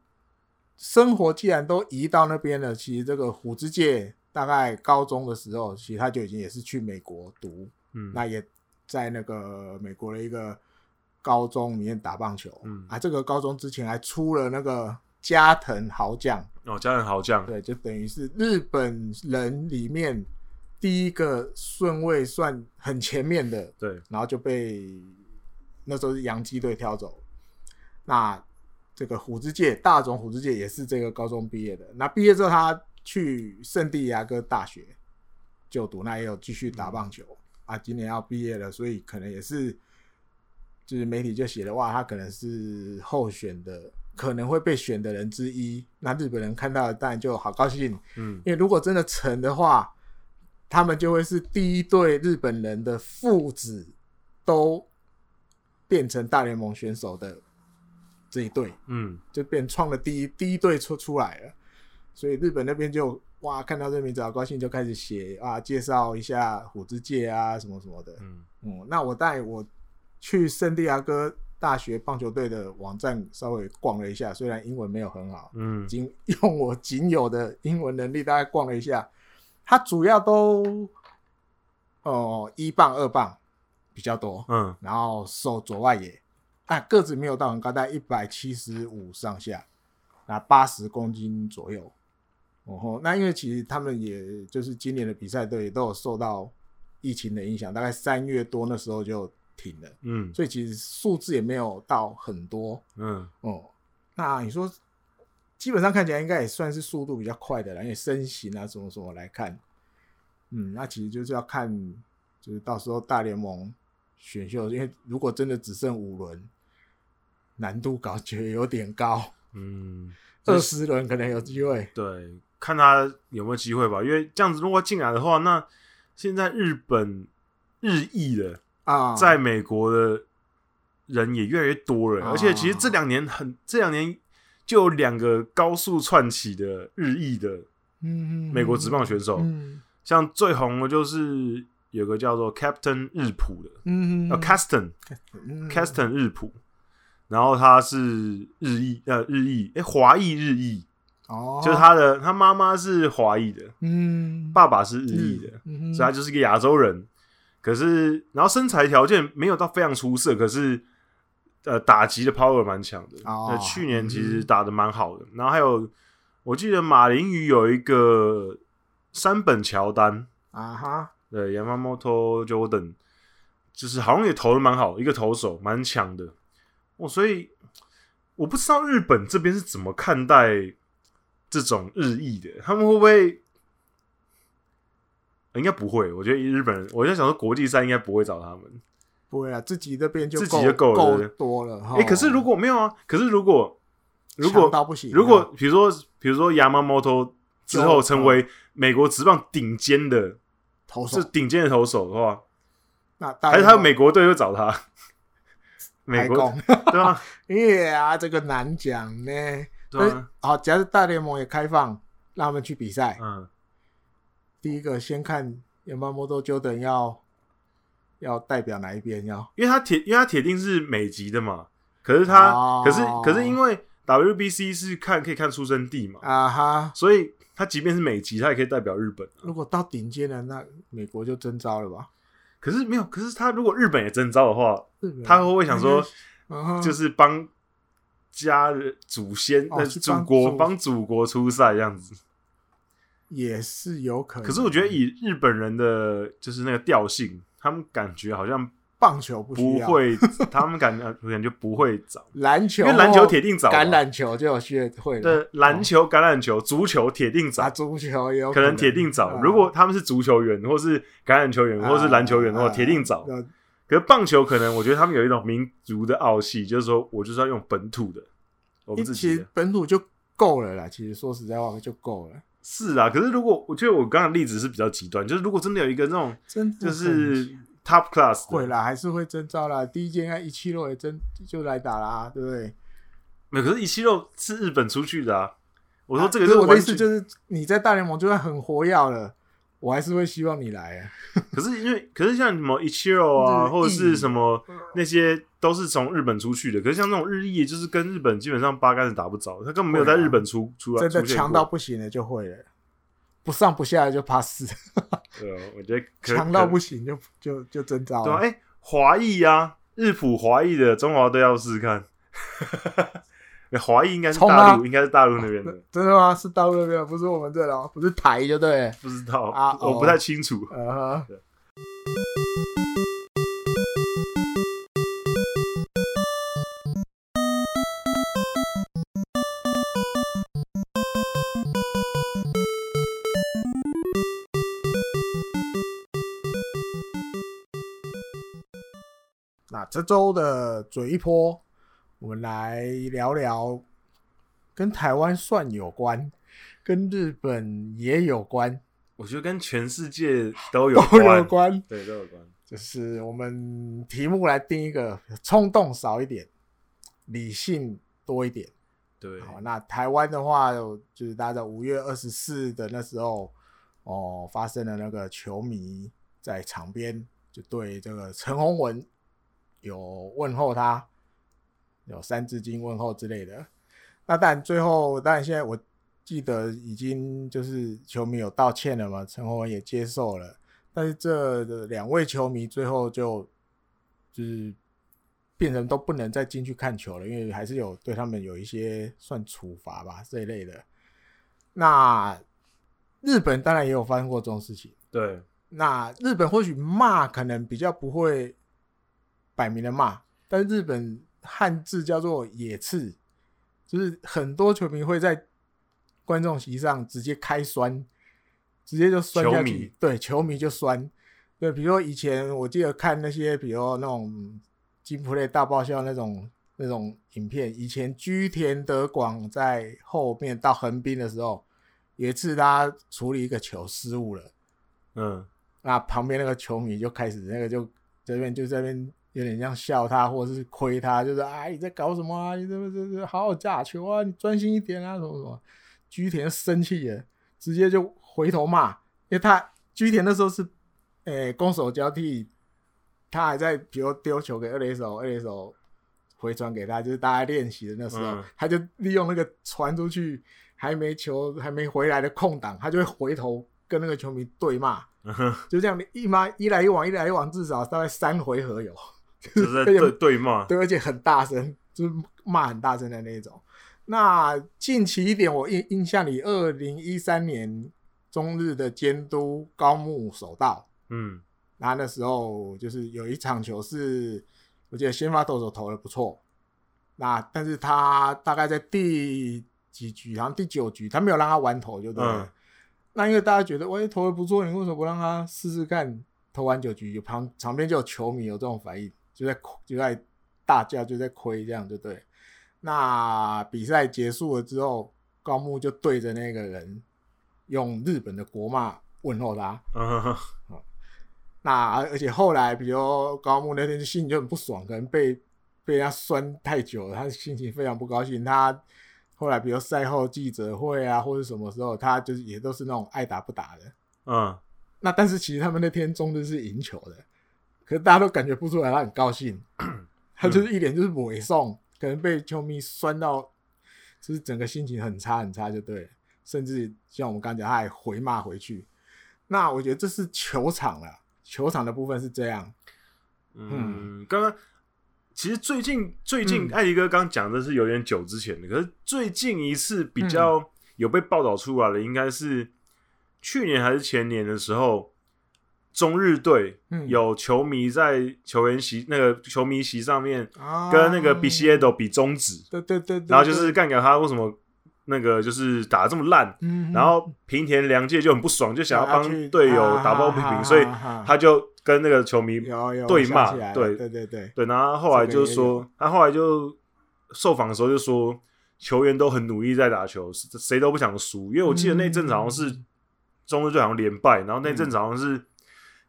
[SPEAKER 1] 生活既然都移到那边了，其实这个虎之介大概高中的时候，其实他就已经也是去美国读，
[SPEAKER 2] 嗯
[SPEAKER 1] 那也在那个美国的一个高中里面打棒球。
[SPEAKER 2] 嗯
[SPEAKER 1] 啊，这个高中之前还出了那个加藤豪将，
[SPEAKER 2] 哦，家人好将，
[SPEAKER 1] 对，就等于是日本人里面第一个顺位算很前面的，
[SPEAKER 2] 对，
[SPEAKER 1] 然后就被那时候是洋基队挑走。那这个虎之介大冢虎之介也是这个高中毕业的。那毕业之后，他去圣地亚哥大学就读，那也有继续打棒球、啊。今年要毕业了，所以可能也是就是媒体就写的哇，他可能是候选的。可能会被选的人之一，那日本人看到了当然就好高兴，
[SPEAKER 2] 嗯，
[SPEAKER 1] 因为如果真的成的话，他们就会是第一对日本人的父子都变成大联盟选手的这一对，
[SPEAKER 2] 嗯，
[SPEAKER 1] 就变创了第一第一队出出来了。所以日本那边就哇，看到这名字好高兴，就开始写啊，介绍一下虎之介啊什么什么的。
[SPEAKER 2] 嗯，
[SPEAKER 1] 嗯，那我带我去圣地亚哥大学棒球队的网站稍微逛了一下，虽然英文没有很好，
[SPEAKER 2] 嗯
[SPEAKER 1] 已，经用我仅有的英文能力大概逛了一下，它主要都哦、呃一棒二棒比较多，
[SPEAKER 2] 嗯，
[SPEAKER 1] 然后手左外野，啊个子没有到很高，大概一百七十五上下，那八十公斤左右。哦吼，那因为其实他们也就是今年的比赛队也都有受到疫情的影响，大概三月多那时候就停了，
[SPEAKER 2] 嗯，
[SPEAKER 1] 所以其实数字也没有到很多。
[SPEAKER 2] 嗯，
[SPEAKER 1] 哦，那你说，基本上看起来应该也算是速度比较快的了，因为身形啊什么什么来看，嗯，那其实就是要看，就是到时候大联盟选秀，因为如果真的只剩五轮，难度感觉有点高，
[SPEAKER 2] 嗯，
[SPEAKER 1] 二十轮可能有机会。
[SPEAKER 2] 对，看他有没有机会吧，因为这样子如果进来的话，那现在日本日裔的
[SPEAKER 1] 啊，
[SPEAKER 2] 在美国的人也越来越多了，
[SPEAKER 1] 哦
[SPEAKER 2] 而且其实这两年很，这两年就有两个高速窜起的日裔的
[SPEAKER 1] 嗯
[SPEAKER 2] 美国职棒选手，
[SPEAKER 1] 嗯
[SPEAKER 2] 像最红的就是有个叫做 Captain 日普的，
[SPEAKER 1] 嗯
[SPEAKER 2] 呃 Caston
[SPEAKER 1] 嗯
[SPEAKER 2] Caston 日普，然后他是日裔呃日裔诶华裔日裔，
[SPEAKER 1] 哦，
[SPEAKER 2] 就是他的他妈妈是华裔的，
[SPEAKER 1] 嗯
[SPEAKER 2] 爸爸是日裔的，
[SPEAKER 1] 嗯
[SPEAKER 2] 所以他就是一啊个亚洲人。可是，然后身材条件没有到非常出色，可是呃，打击的 power 蛮强的。
[SPEAKER 1] 哦
[SPEAKER 2] 呃去年其实打的蛮好的。然后还有，我记得马林鱼有一个山本乔丹，
[SPEAKER 1] 啊哈
[SPEAKER 2] 对 Yamamoto Jordan，就是好像也投的蛮好，一个投手蛮强的。哦，所以我不知道日本这边是怎么看待这种日裔的，他们会不会？呃应该不会，我觉得日本人，我在想说国际赛应该不会找他们。
[SPEAKER 1] 不会啊，自己这边就
[SPEAKER 2] 自己就
[SPEAKER 1] 够
[SPEAKER 2] 够了对不对
[SPEAKER 1] 多了哈。
[SPEAKER 2] 哎、可是如果没有啊，可是如果如
[SPEAKER 1] 哦强到
[SPEAKER 2] 果
[SPEAKER 1] 不行，啊
[SPEAKER 2] 如果比如说比如说 Yamamoto 之后
[SPEAKER 1] 就
[SPEAKER 2] 成为美国职棒顶尖的，
[SPEAKER 1] 投手
[SPEAKER 2] 是顶尖的投手的话，
[SPEAKER 1] 那大
[SPEAKER 2] 还
[SPEAKER 1] 联
[SPEAKER 2] 是他美国队会
[SPEAKER 1] <laughs>
[SPEAKER 2] 找他？美
[SPEAKER 1] 白
[SPEAKER 2] 国
[SPEAKER 1] 宫，
[SPEAKER 2] <laughs>
[SPEAKER 1] <laughs>
[SPEAKER 2] 对啊，
[SPEAKER 1] 因为啊，这个难讲呢。
[SPEAKER 2] 对
[SPEAKER 1] 但
[SPEAKER 2] 啊，
[SPEAKER 1] 好，假如大联盟也开放，让他们去比赛，
[SPEAKER 2] 嗯，
[SPEAKER 1] 第一个先看有没有 Model Jordan 要要代表哪一边要。
[SPEAKER 2] 因为他铁，因为他铁定是美籍的嘛，可是他，
[SPEAKER 1] 哦
[SPEAKER 2] 可是可是因为 WBC 是看可以看出生地嘛，
[SPEAKER 1] 啊哈，
[SPEAKER 2] 所以他即便是美籍，他也可以代表日本。
[SPEAKER 1] 如果到顶尖了，那美国就真招了吧？
[SPEAKER 2] 可是没有，可是他如果日本也征召的话，
[SPEAKER 1] 日本
[SPEAKER 2] 他会不会想说，
[SPEAKER 1] 嗯哼
[SPEAKER 2] 就是帮家人祖先、
[SPEAKER 1] 哦
[SPEAKER 2] 那
[SPEAKER 1] 去
[SPEAKER 2] 祖
[SPEAKER 1] 帮
[SPEAKER 2] 国
[SPEAKER 1] 祖
[SPEAKER 2] 帮祖国出赛这样子？
[SPEAKER 1] 也是有可能。
[SPEAKER 2] 可是我觉得以日本人的就是那个调性，他们感觉好像
[SPEAKER 1] 棒球不需
[SPEAKER 2] 不
[SPEAKER 1] 要，
[SPEAKER 2] 会， <laughs> 他们感觉感觉不会早，
[SPEAKER 1] 篮球
[SPEAKER 2] 因为篮球铁定早嘛。
[SPEAKER 1] 橄榄球就有学会了，
[SPEAKER 2] 对篮球、橄榄球、足球铁定
[SPEAKER 1] 打
[SPEAKER 2] 早，
[SPEAKER 1] 足球啊也有啊
[SPEAKER 2] 可能铁定早。如果他们是足球员，或是橄榄球员，或是篮球员的话，
[SPEAKER 1] 啊
[SPEAKER 2] 铁定早。
[SPEAKER 1] 呃
[SPEAKER 2] 可是棒球可能，我觉得他们有一种民族的傲气，就是说我就是要用本土的，我们自
[SPEAKER 1] 其
[SPEAKER 2] 己的
[SPEAKER 1] 实。本土就够了啦。其实说实在话就够了，
[SPEAKER 2] 是啊，可是如果我觉得我刚刚的例子是比较极端，就是如果真的有一个那种
[SPEAKER 1] 真的
[SPEAKER 2] 就
[SPEAKER 1] 很
[SPEAKER 2] 是 top class
[SPEAKER 1] 会
[SPEAKER 2] 的，
[SPEAKER 1] 啦，还是会征召啦。第一届看一七六也征就来打啦，对不对？
[SPEAKER 2] 没有，可是一七六是日本出去的啊。我
[SPEAKER 1] 我
[SPEAKER 2] 说这个
[SPEAKER 1] 是
[SPEAKER 2] 是
[SPEAKER 1] 我的
[SPEAKER 2] 完
[SPEAKER 1] 意
[SPEAKER 2] 全
[SPEAKER 1] 思，就是你在大联盟就算很活跃了，我还是会希望你来啊。
[SPEAKER 2] 可是因为，可是像什么 Ichiro 啊，
[SPEAKER 1] 日裔
[SPEAKER 2] 或者是什么那些都是从日本出去的。可是像那种日裔，就是跟日本基本上八竿子打不着，他根本没有在
[SPEAKER 1] 对啊
[SPEAKER 2] 日本出出来
[SPEAKER 1] 真的
[SPEAKER 2] 出现
[SPEAKER 1] 强
[SPEAKER 2] 过
[SPEAKER 1] 到不行了就会了，不上不下就 pass， <laughs>
[SPEAKER 2] 对啊，我觉得可
[SPEAKER 1] 强到不
[SPEAKER 2] 行。
[SPEAKER 1] 行就就就征召
[SPEAKER 2] 对啊，
[SPEAKER 1] 了。
[SPEAKER 2] 哎、华裔啊，日普华裔的中华队要试试看。
[SPEAKER 1] <laughs>
[SPEAKER 2] 华裔应该是
[SPEAKER 1] 冲
[SPEAKER 2] 大
[SPEAKER 1] 啊
[SPEAKER 2] 陆，应该是大陆那
[SPEAKER 1] <laughs>
[SPEAKER 2] 边的，
[SPEAKER 1] 真的吗？是大陆那边的，不是我们这的哦，不是台就对了。
[SPEAKER 2] 不知道
[SPEAKER 1] 啊
[SPEAKER 2] 我
[SPEAKER 1] 哦
[SPEAKER 2] 不太清楚。
[SPEAKER 1] 呃呵
[SPEAKER 2] 对，
[SPEAKER 1] 那这周的嘴一波，我们来聊聊跟台湾算有关，跟日本也有关，
[SPEAKER 2] 我觉得跟全世界都有
[SPEAKER 1] <laughs> 都
[SPEAKER 2] 关，
[SPEAKER 1] 有关。
[SPEAKER 2] 对，都有关。
[SPEAKER 1] 就是我们题目来定一个，冲动少一点，理性多一点。
[SPEAKER 2] 对，
[SPEAKER 1] 好，那台湾的话，就是大家在五月二十四的那时候，哦，发生了那个球迷在场边就对这个陈宏文有问候他，有三字经问候之类的。那但最后，当然现在我记得已经就是球迷有道歉了嘛，陈宏文也接受了，但是这两位球迷最后就就是变成都不能再进去看球了，因为还是有对他们有一些算处罚吧这一类的。那日本当然也有发生过这种事情。
[SPEAKER 2] 对，
[SPEAKER 1] 那日本或许骂可能比较不会摆明的骂，但日本汉字叫做野次，就是很多球迷会在观众席上直接开酸，直接就酸下
[SPEAKER 2] 球迷
[SPEAKER 1] 去，对，球迷就酸。对，比如说以前我记得看那些，比如说那种金普类大爆笑那种那种影片，以前居田德广在后面到横滨的时候，有一次他处理一个球失误了。 <laughs>
[SPEAKER 2] 嗯，
[SPEAKER 1] 那旁边那个球迷就开始那个就这边就这边有点像笑他或者是亏他，就是啊你在搞什么啊？你这么这这好好架球啊，你专心一点啊，什么什么。居田生气了，直接就回头骂，因为他居田那时候是诶、攻守交替，他还在比如丢球给二垒手，二垒手回传给他，就是大家练习的那时候，
[SPEAKER 2] 嗯
[SPEAKER 1] 他就利用那个传出去还没球还没回来的空档，他就会回头跟那个球迷对骂。就这样，一妈一来一往，一来一往，至少大概三回合有，
[SPEAKER 2] 就是在对对骂，
[SPEAKER 1] 对，而且很大声，就是骂很大声的那一种。那近期一点，我印印象里，二零一三年中日的监督高木守道，
[SPEAKER 2] 嗯，
[SPEAKER 1] 那那时候就是有一场球是，我记得先发投手投的不错，那但是他大概在第几局，好像第九局，他没有让他完投，就对了。
[SPEAKER 2] 嗯
[SPEAKER 1] 那因为大家觉得，喂，投的不错，你为什么不让他试试看？投完九局，有旁旁边就有球迷有这种反应，就在哭就在大叫，就在亏，这样就对了。那比赛结束了之后，高木就对着那个人用日本的国骂问候他，
[SPEAKER 2] 嗯，
[SPEAKER 1] 那而且后来，比如高木那天心情就很不爽，可能被被人家酸太久了，他心情非常不高兴。他后来，比如赛后记者会啊，或者什么时候，他就是也都是那种爱打不打的。
[SPEAKER 2] 嗯，
[SPEAKER 1] 那但是其实他们那天中日是赢球的，可是大家都感觉不出来他很高兴，他就是一脸就是委送，可能被球迷酸到，就是整个心情很差很差就对了，甚至像我们刚才讲，他还回骂回去。那我觉得这是球场了，球场的部分是这样，
[SPEAKER 2] 嗯，刚刚其实最近最近
[SPEAKER 1] 嗯
[SPEAKER 2] 艾迪哥刚讲的是有点久之前的，可是最近一次
[SPEAKER 1] 嗯
[SPEAKER 2] 比较有被报道出来的，应该是去年还是前年的时候，中日队
[SPEAKER 1] 嗯
[SPEAKER 2] 有球迷在球员席那个球迷席上面
[SPEAKER 1] 啊
[SPEAKER 2] 跟那个比西耶斗比中指，
[SPEAKER 1] 对对对，对
[SPEAKER 2] 然后就是干掉他为什么那个就是打得这么烂，
[SPEAKER 1] 嗯，
[SPEAKER 2] 然后平田良介就很不爽，就想要帮队
[SPEAKER 1] 啊
[SPEAKER 2] 友打抱不平，所以
[SPEAKER 1] 他
[SPEAKER 2] 他就跟那个球迷
[SPEAKER 1] 有有
[SPEAKER 2] 对骂
[SPEAKER 1] 我想起来了
[SPEAKER 2] 对
[SPEAKER 1] 对对对，
[SPEAKER 2] 对，然后他后来就
[SPEAKER 1] 这个也
[SPEAKER 2] 说
[SPEAKER 1] 有，
[SPEAKER 2] 他后来就受访的时候就说，球员都很努力在打球，谁谁都不想输。因为我记得那阵子好像是
[SPEAKER 1] 嗯
[SPEAKER 2] 中日队好像连败，然后那阵子好像是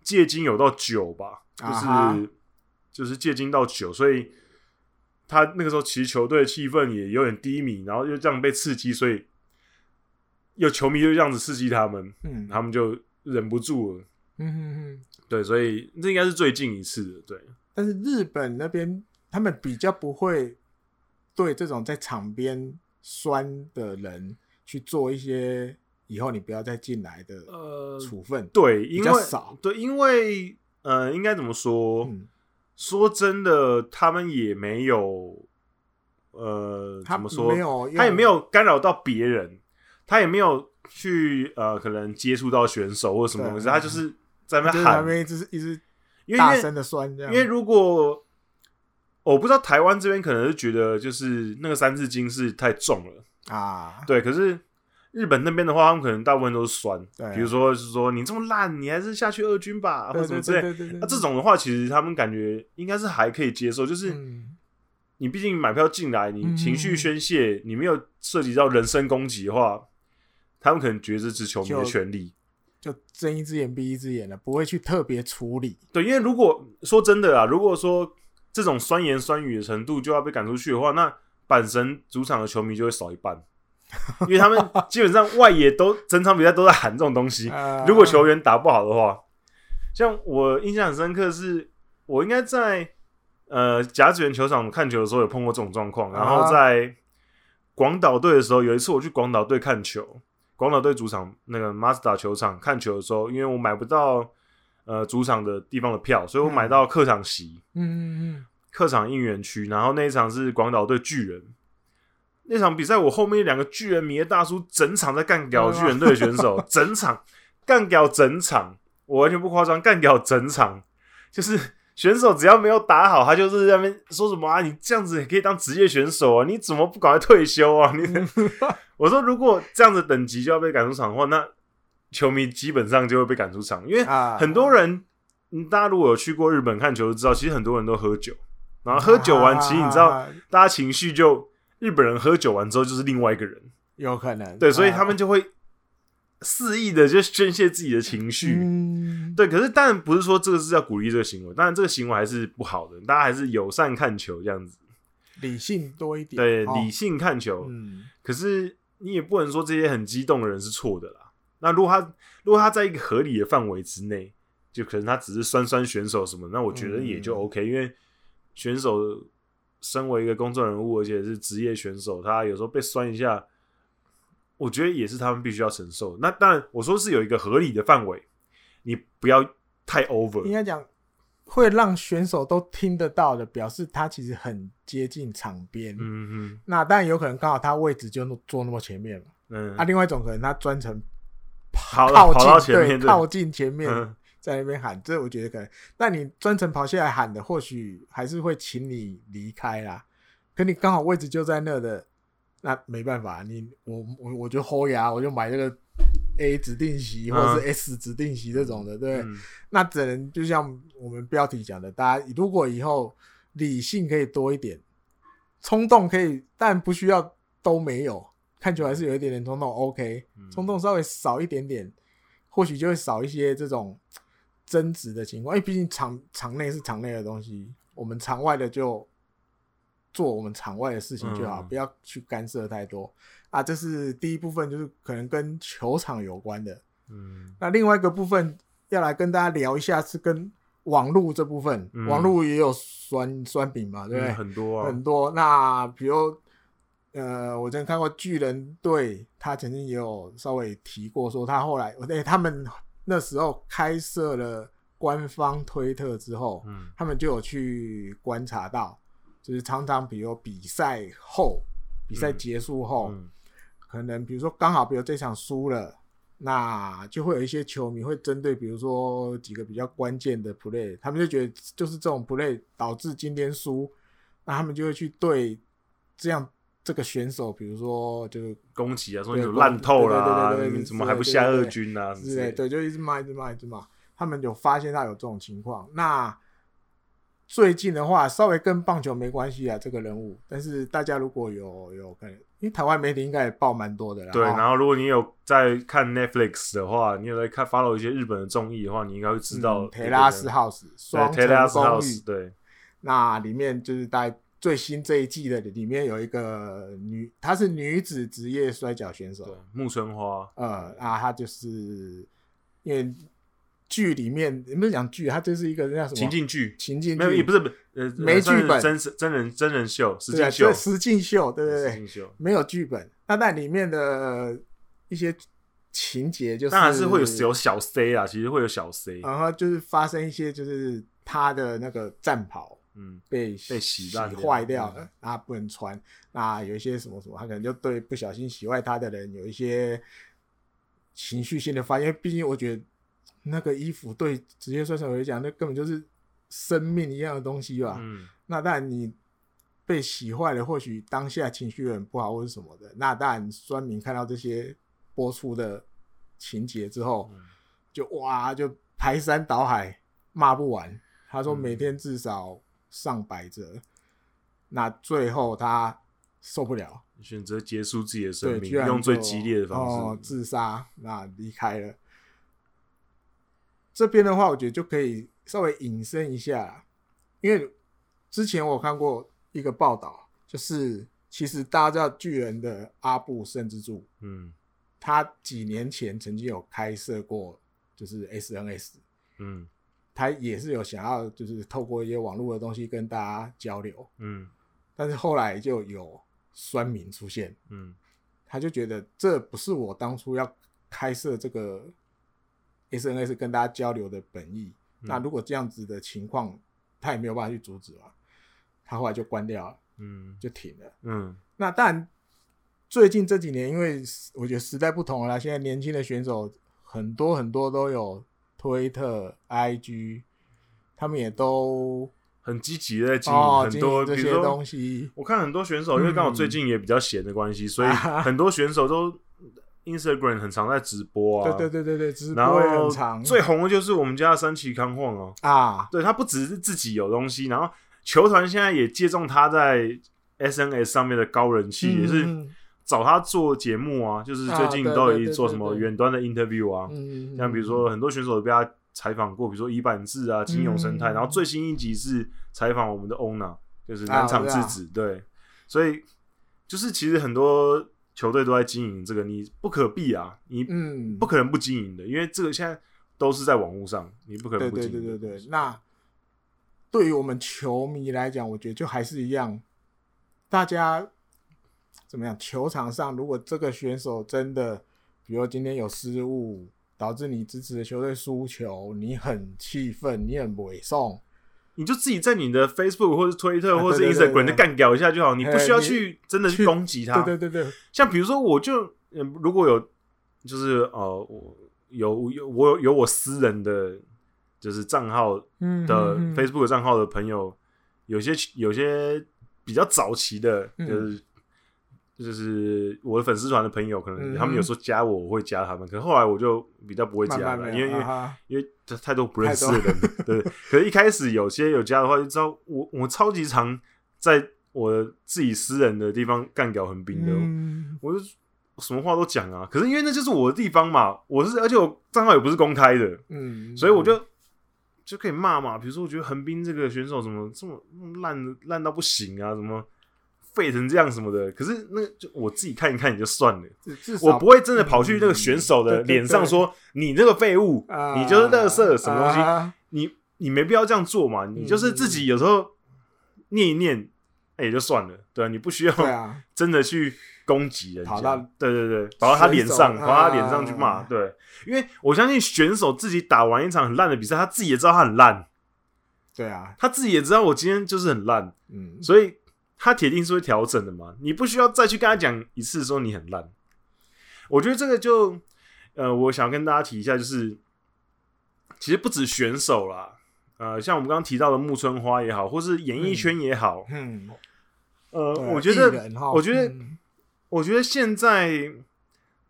[SPEAKER 2] 借金有到九吧，
[SPEAKER 1] 啊
[SPEAKER 2] 就是、
[SPEAKER 1] 哈
[SPEAKER 2] 就是借金到九，所以他那个时候其实球队的气氛也有点低迷，然后又这样被刺激，所以有球迷就这样子刺激他们，
[SPEAKER 1] 嗯，
[SPEAKER 2] 他们就忍不住了。
[SPEAKER 1] 嗯嗯嗯，
[SPEAKER 2] 对，所以这应该是最近一次的，对。
[SPEAKER 1] 但是日本那边他们比较不会对这种在场边酸的人去做一些以后你不要再进来的
[SPEAKER 2] 呃
[SPEAKER 1] 处分，
[SPEAKER 2] 对，因
[SPEAKER 1] 较
[SPEAKER 2] 为
[SPEAKER 1] 少
[SPEAKER 2] 对，因为呃，应该怎么说？
[SPEAKER 1] 嗯，
[SPEAKER 2] 说真的，他们也没有呃，
[SPEAKER 1] 他
[SPEAKER 2] 怎么说？
[SPEAKER 1] 没有用
[SPEAKER 2] 他也没有干扰到别人，他也没有去呃，可能接触到选手或什么
[SPEAKER 1] 对
[SPEAKER 2] 东西，他就是在那
[SPEAKER 1] 就
[SPEAKER 2] 边
[SPEAKER 1] 是他
[SPEAKER 2] 喊，
[SPEAKER 1] 们一直一直
[SPEAKER 2] 因为
[SPEAKER 1] 大
[SPEAKER 2] 因为
[SPEAKER 1] 声的酸这样，
[SPEAKER 2] 因为如果我不知道台湾这边可能是觉得就是那个三字经是太重了，
[SPEAKER 1] 啊，
[SPEAKER 2] <laughs> 对，可是日本那边的话，他们可能大部分都是酸，
[SPEAKER 1] 对啊
[SPEAKER 2] 比如说是说你这么烂，你还是下去二军吧，啊或
[SPEAKER 1] 对
[SPEAKER 2] 者什么
[SPEAKER 1] 对
[SPEAKER 2] 之类。
[SPEAKER 1] 对对对，
[SPEAKER 2] 那、这种的话，其实他们感觉应该是还可以接受，就是
[SPEAKER 1] 嗯
[SPEAKER 2] 你毕竟买票进来，你
[SPEAKER 1] 嗯
[SPEAKER 2] 情绪宣泄，你没有涉及到人身攻击的话，他们可能觉得这是球迷的
[SPEAKER 1] 就
[SPEAKER 2] 权利。
[SPEAKER 1] 就睁一只眼闭一只眼了，不会去特别处理，
[SPEAKER 2] 对，因为如果说真的啊，如果说这种酸言酸语的程度就要被赶出去的话，那阪神主场的球迷就会少一半，因为他们基本上外野都整场比赛都在喊这种东西。
[SPEAKER 1] 呃
[SPEAKER 2] 嗯如果球员打不好的话，像我印象很深刻是，我应该在呃甲子园球场看球的时候有碰过这种状况，然
[SPEAKER 1] 啊
[SPEAKER 2] 后在广岛队的时候，有一次我去广岛队看球，广岛队主场那个马自达球场看球的时候，因为我买不到呃主场的地方的票，所以我买到客场席，
[SPEAKER 1] 嗯嗯
[SPEAKER 2] 客场应援区，然后那一场是广岛队巨人。那场比赛，我后面两个巨人迷的大叔整场在干掉巨人队的选手，整场干掉整场，我完全不夸张，干掉整场，就是选手只要没有打好，他就是在那边说什么啊，你这样子也可以当职业选手啊，你怎么不赶快退休啊？你 <laughs> 我说如果这样子等级就要被赶出场的话，那球迷基本上就会被赶出场，因为
[SPEAKER 1] 嗯啊，
[SPEAKER 2] <laughs> 很多人，嗯大家如果有去过日本看球，就知道其实很多人都喝酒，然后喝酒完，其实你知道，
[SPEAKER 1] 啊
[SPEAKER 2] 大家情绪就日本人喝酒完之后就是另外一个人，
[SPEAKER 1] 有可能
[SPEAKER 2] 对，所以他
[SPEAKER 1] 啊
[SPEAKER 2] 们就会肆意的就宣泄自己的情绪。
[SPEAKER 1] 嗯，
[SPEAKER 2] 对，可是当然不是说这个是要鼓励这个行为，当然这个行为还是不好的，大家还是友善看球这样子，
[SPEAKER 1] 理性多一点，
[SPEAKER 2] 对，
[SPEAKER 1] 哦
[SPEAKER 2] 理性看球。
[SPEAKER 1] 嗯
[SPEAKER 2] 可是你也不能说这些很激动的人是错的啦。那如果他如果他在一个合理的范围之内，就可能他只是酸酸选手什么，那我觉得也就
[SPEAKER 1] 嗯
[SPEAKER 2] OK，、因为选手身为一个公众人物，而且是职业选手，他有时候被酸一下，我觉得也是他们必须要承受的。那当然，我说是有一个合理的范围，你不要太
[SPEAKER 1] 应
[SPEAKER 2] over。
[SPEAKER 1] 该讲会让选手都听得到的，表示他其实很接近场边。
[SPEAKER 2] 嗯
[SPEAKER 1] 那当然有可能刚好他位置就坐那么前面嘛。
[SPEAKER 2] 哼，嗯，
[SPEAKER 1] 啊，另外一种可能他专程
[SPEAKER 2] 跑
[SPEAKER 1] 靠
[SPEAKER 2] 跑
[SPEAKER 1] 近
[SPEAKER 2] 到前面，
[SPEAKER 1] 对
[SPEAKER 2] 对
[SPEAKER 1] 靠近前面、
[SPEAKER 2] 嗯
[SPEAKER 1] 在那边喊，这我觉得可能。那你专程跑下来喊的，或许还是会请你离开啦。可你刚好位置就在那的，那没办法，你我我我就豁牙，我就买这个 A 指定席或者是 S 指定席这种的，对。
[SPEAKER 2] 嗯
[SPEAKER 1] 那只能就像我们标题讲的，大家如果以后理性可以多一点，冲动可以，但不需要都没有。看球还是有一点点冲动，OK，
[SPEAKER 2] 嗯
[SPEAKER 1] 冲动稍微少一点点，或许就会少一些这种争执的情况。因为毕竟场场内是场内的东西，我们场外的就做我们场外的事情就好，
[SPEAKER 2] 嗯
[SPEAKER 1] 不要去干涉太多啊。这是第一部分，就是可能跟球场有关的。
[SPEAKER 2] 嗯
[SPEAKER 1] 那另外一个部分要来跟大家聊一下，是跟网络这部分，
[SPEAKER 2] 嗯
[SPEAKER 1] 网络也有酸酸饼嘛，对不对？
[SPEAKER 2] 嗯很多啊，
[SPEAKER 1] 很多。那比如，呃，我之前看过巨人队，他曾经也有稍微提过说，他后来，哎、他们那时候开设了官方推特之后，
[SPEAKER 2] 嗯
[SPEAKER 1] 他们就有去观察到，就是常常比如比赛后，比赛
[SPEAKER 2] 嗯
[SPEAKER 1] 结束后，
[SPEAKER 2] 嗯
[SPEAKER 1] 可能比如说刚好，比如这场输了，那就会有一些球迷会针对，比如说几个比较关键的 play，他们就觉得就是这种 play 导致今天输，那他们就会去对这样这个选手，比如说就是
[SPEAKER 2] 攻击啊，说你
[SPEAKER 1] 对
[SPEAKER 2] 怎么烂透
[SPEAKER 1] 攻击
[SPEAKER 2] 啦
[SPEAKER 1] 对对对对，对
[SPEAKER 2] 你怎么还不下
[SPEAKER 1] 对对
[SPEAKER 2] 二
[SPEAKER 1] 对
[SPEAKER 2] 军啊？什么
[SPEAKER 1] 之
[SPEAKER 2] 之
[SPEAKER 1] 类，
[SPEAKER 2] 类的。
[SPEAKER 1] 对，就一直骂，一直骂，一直骂。他们有发现到有这种情况。那最近的话，稍微跟棒球没关系啊，这个人物。但是大家如果有有可能，因为台湾媒体应该也报蛮多的啦。
[SPEAKER 2] 对，
[SPEAKER 1] 哦
[SPEAKER 2] 然后如果你有在看 Netflix 的话，你有在看 follow 一些日本的综艺的话，你应该会知道
[SPEAKER 1] 嗯培拉斯
[SPEAKER 2] 对
[SPEAKER 1] house 双
[SPEAKER 2] 对 Terrace
[SPEAKER 1] 层公
[SPEAKER 2] House
[SPEAKER 1] 寓，
[SPEAKER 2] 对，
[SPEAKER 1] 那里面就是在最新这一季的里面有一个女，她是女子职业摔跤选手
[SPEAKER 2] 对。木村花，
[SPEAKER 1] 呃，啊，她就是因为剧里面不是讲剧，她就是一个叫什么
[SPEAKER 2] 情境剧，
[SPEAKER 1] 情境剧，
[SPEAKER 2] 没有，也不是不是呃，
[SPEAKER 1] 没
[SPEAKER 2] 算是
[SPEAKER 1] 剧本
[SPEAKER 2] 真实真人真人秀，实
[SPEAKER 1] 对啊
[SPEAKER 2] 境秀
[SPEAKER 1] 对，实境秀，对对
[SPEAKER 2] 实
[SPEAKER 1] 对，
[SPEAKER 2] 境秀，
[SPEAKER 1] 没有剧本，那但里面的一些情节就是，
[SPEAKER 2] 当然是会有有小 C 啊，其实会有小 C，
[SPEAKER 1] 然后就是发生一些就是他的那个战袍
[SPEAKER 2] 嗯，
[SPEAKER 1] 被
[SPEAKER 2] 被洗
[SPEAKER 1] 洗
[SPEAKER 2] 烂掉
[SPEAKER 1] 坏掉
[SPEAKER 2] 嗯
[SPEAKER 1] 了，啊、不能穿，啊有一些什么什么，他可能就对不小心洗坏他的人有一些情绪性的发言，毕竟我觉得那个衣服对职业选手来讲，那根本就是生命一样的东西吧，
[SPEAKER 2] 嗯，
[SPEAKER 1] 那当然你被洗坏了，或许当下情绪很不好或者什么的。那当然，酸民看到这些播出的情节之后，
[SPEAKER 2] 嗯
[SPEAKER 1] 就哇就排山倒海骂不完。他说
[SPEAKER 2] 嗯
[SPEAKER 1] 每天至少上百则，那最后他受不了，
[SPEAKER 2] 选择结束自己的生
[SPEAKER 1] 对，
[SPEAKER 2] 命，
[SPEAKER 1] 居然
[SPEAKER 2] 用最
[SPEAKER 1] 就
[SPEAKER 2] 激烈的
[SPEAKER 1] 哦
[SPEAKER 2] 方式，
[SPEAKER 1] 自杀，那离开了。这边的话，我觉得就可以稍微引申一下，因为之前我看过一个报道，就是其实大家知道巨人的阿布圣之助，
[SPEAKER 2] 嗯
[SPEAKER 1] 他几年前曾经有开设过就是 SNS，
[SPEAKER 2] 嗯
[SPEAKER 1] 他也是有想要就是透过一些网络的东西跟大家交流，
[SPEAKER 2] 嗯
[SPEAKER 1] 但是后来就有酸民出现，
[SPEAKER 2] 嗯
[SPEAKER 1] 他就觉得这不是我当初要开设这个 SNS 跟大家交流的本意。
[SPEAKER 2] 嗯
[SPEAKER 1] 那如果这样子的情况，他也没有办法去阻止嘛，他后来就关掉了，
[SPEAKER 2] 嗯
[SPEAKER 1] 就停了。
[SPEAKER 2] 嗯
[SPEAKER 1] 那当然，最近这几年，因为我觉得时代不同了啦，现在年轻的选手很多很多都有推特、IG，他们也都
[SPEAKER 2] 很积极的在经营
[SPEAKER 1] 哦
[SPEAKER 2] 很
[SPEAKER 1] 经
[SPEAKER 2] 多，
[SPEAKER 1] 营
[SPEAKER 2] 比
[SPEAKER 1] 这
[SPEAKER 2] 如
[SPEAKER 1] 些
[SPEAKER 2] 说
[SPEAKER 1] 东西，嗯
[SPEAKER 2] 我看很多选手，因为刚好最近也比较闲的关系，
[SPEAKER 1] 啊
[SPEAKER 2] 所以很多选手都 Instagram 很常在直播啊。
[SPEAKER 1] 对对对对对，直播
[SPEAKER 2] 然
[SPEAKER 1] 也
[SPEAKER 2] 后
[SPEAKER 1] 很长，
[SPEAKER 2] 最红的就是我们家的三崎康晃哦，
[SPEAKER 1] 啊，
[SPEAKER 2] 对他不只是自己有东西，然后球团现在也借重他在 SNS 上面的高人气，也是
[SPEAKER 1] 嗯
[SPEAKER 2] 找他做节目啊，就是最
[SPEAKER 1] 啊
[SPEAKER 2] 近
[SPEAKER 1] 对
[SPEAKER 2] 都
[SPEAKER 1] 对
[SPEAKER 2] 有
[SPEAKER 1] 对
[SPEAKER 2] 做
[SPEAKER 1] 对
[SPEAKER 2] 什么
[SPEAKER 1] 对
[SPEAKER 2] 远端的 interview 啊，
[SPEAKER 1] 嗯，嗯
[SPEAKER 2] 像比如说很多选手都被他采访过，比如说伊坂智啊、金永生
[SPEAKER 1] 嗯
[SPEAKER 2] 态，然后最新一集是采访我们的 ONA，就是
[SPEAKER 1] 啊
[SPEAKER 2] 南场
[SPEAKER 1] 对
[SPEAKER 2] 智
[SPEAKER 1] 啊
[SPEAKER 2] 子，对，所以就是其实很多球队都在经营这个，你不可避啊，你
[SPEAKER 1] 嗯，
[SPEAKER 2] 不可能不经营的，因为这个现在都是在网络上，你不可能
[SPEAKER 1] 对
[SPEAKER 2] 不
[SPEAKER 1] 对
[SPEAKER 2] 经营
[SPEAKER 1] 对
[SPEAKER 2] 的。
[SPEAKER 1] 对对。那对于我们球迷来讲，我觉得就还是一样，大家怎么样？球场上如果这个选手真的，比如今天有失误，导致你支持的球队输球，你很气愤，你很委送，
[SPEAKER 2] 你就自己在你的 Facebook 或是推特
[SPEAKER 1] 啊
[SPEAKER 2] 或是
[SPEAKER 1] 对对对对
[SPEAKER 2] Instagram 就干掉一下就好，你不
[SPEAKER 1] 哎
[SPEAKER 2] 需要
[SPEAKER 1] 你
[SPEAKER 2] 去真的去
[SPEAKER 1] 去
[SPEAKER 2] 攻击他。
[SPEAKER 1] 对对对对，
[SPEAKER 2] 像比如说，我就嗯，如果有就是呃，我有有我有有我私人的就是账号
[SPEAKER 1] 嗯
[SPEAKER 2] 的
[SPEAKER 1] 嗯嗯
[SPEAKER 2] Facebook 账号的朋友，有些有些比较早期的，就
[SPEAKER 1] 嗯
[SPEAKER 2] 是、就是我的粉丝团的朋友，可能
[SPEAKER 1] 嗯哼
[SPEAKER 2] 他们有时候加我，我会加他们，可是后来我就比较不会加
[SPEAKER 1] 慢
[SPEAKER 2] 了，
[SPEAKER 1] 慢没
[SPEAKER 2] 因为
[SPEAKER 1] 有
[SPEAKER 2] 因为、
[SPEAKER 1] 啊哈
[SPEAKER 2] 因为这太多不认识的人，对。可是一开始有些有加的话，就知道我我超级常在我自己私人的地方干掉横滨的，哦
[SPEAKER 1] 嗯
[SPEAKER 2] 我就什么话都讲啊。可是因为那就是我的地方嘛，我是而且我账号也不是公开的，
[SPEAKER 1] 嗯，
[SPEAKER 2] 所以我就就可以骂嘛。比如说，我觉得横滨这个选手怎么这么烂烂到不行啊，怎么废成这样什么的。可是那就我自己看一看也就算了。
[SPEAKER 1] 至至
[SPEAKER 2] 我
[SPEAKER 1] 少
[SPEAKER 2] 不会真的跑去那个选手
[SPEAKER 1] 嗯
[SPEAKER 2] 的
[SPEAKER 1] 对对
[SPEAKER 2] 脸上说你这个废物，
[SPEAKER 1] 啊
[SPEAKER 2] 你就是垃圾，什么东西，
[SPEAKER 1] 啊
[SPEAKER 2] 你你没必要这样做嘛。你就是自己有时候念一念，哎也就算了，对啊，你不需要
[SPEAKER 1] 对啊，
[SPEAKER 2] 真的去攻击人
[SPEAKER 1] 跑
[SPEAKER 2] 家
[SPEAKER 1] 到，
[SPEAKER 2] 对对对，跑到他脸上，
[SPEAKER 1] 选手
[SPEAKER 2] 跑到他脸上去骂，
[SPEAKER 1] 啊
[SPEAKER 2] 对，因为我相信选手自己打完一场很烂的比赛，他自己也知道他很烂，
[SPEAKER 1] 对啊，
[SPEAKER 2] 他自己也知道我今天就是很烂，
[SPEAKER 1] 嗯，
[SPEAKER 2] 所以他铁定是会调整的嘛。你不需要再去跟他讲一次说你很烂，我觉得这个就呃，我想跟大家提一下，就是其实不止选手啦，呃，像我们刚刚提到的木村花也好，或是演艺圈也好， <laughs>
[SPEAKER 1] 嗯，
[SPEAKER 2] 呃，
[SPEAKER 1] 对啊
[SPEAKER 2] 我觉
[SPEAKER 1] 艺
[SPEAKER 2] 得
[SPEAKER 1] 人哈
[SPEAKER 2] 我觉得
[SPEAKER 1] 嗯
[SPEAKER 2] 我觉得现在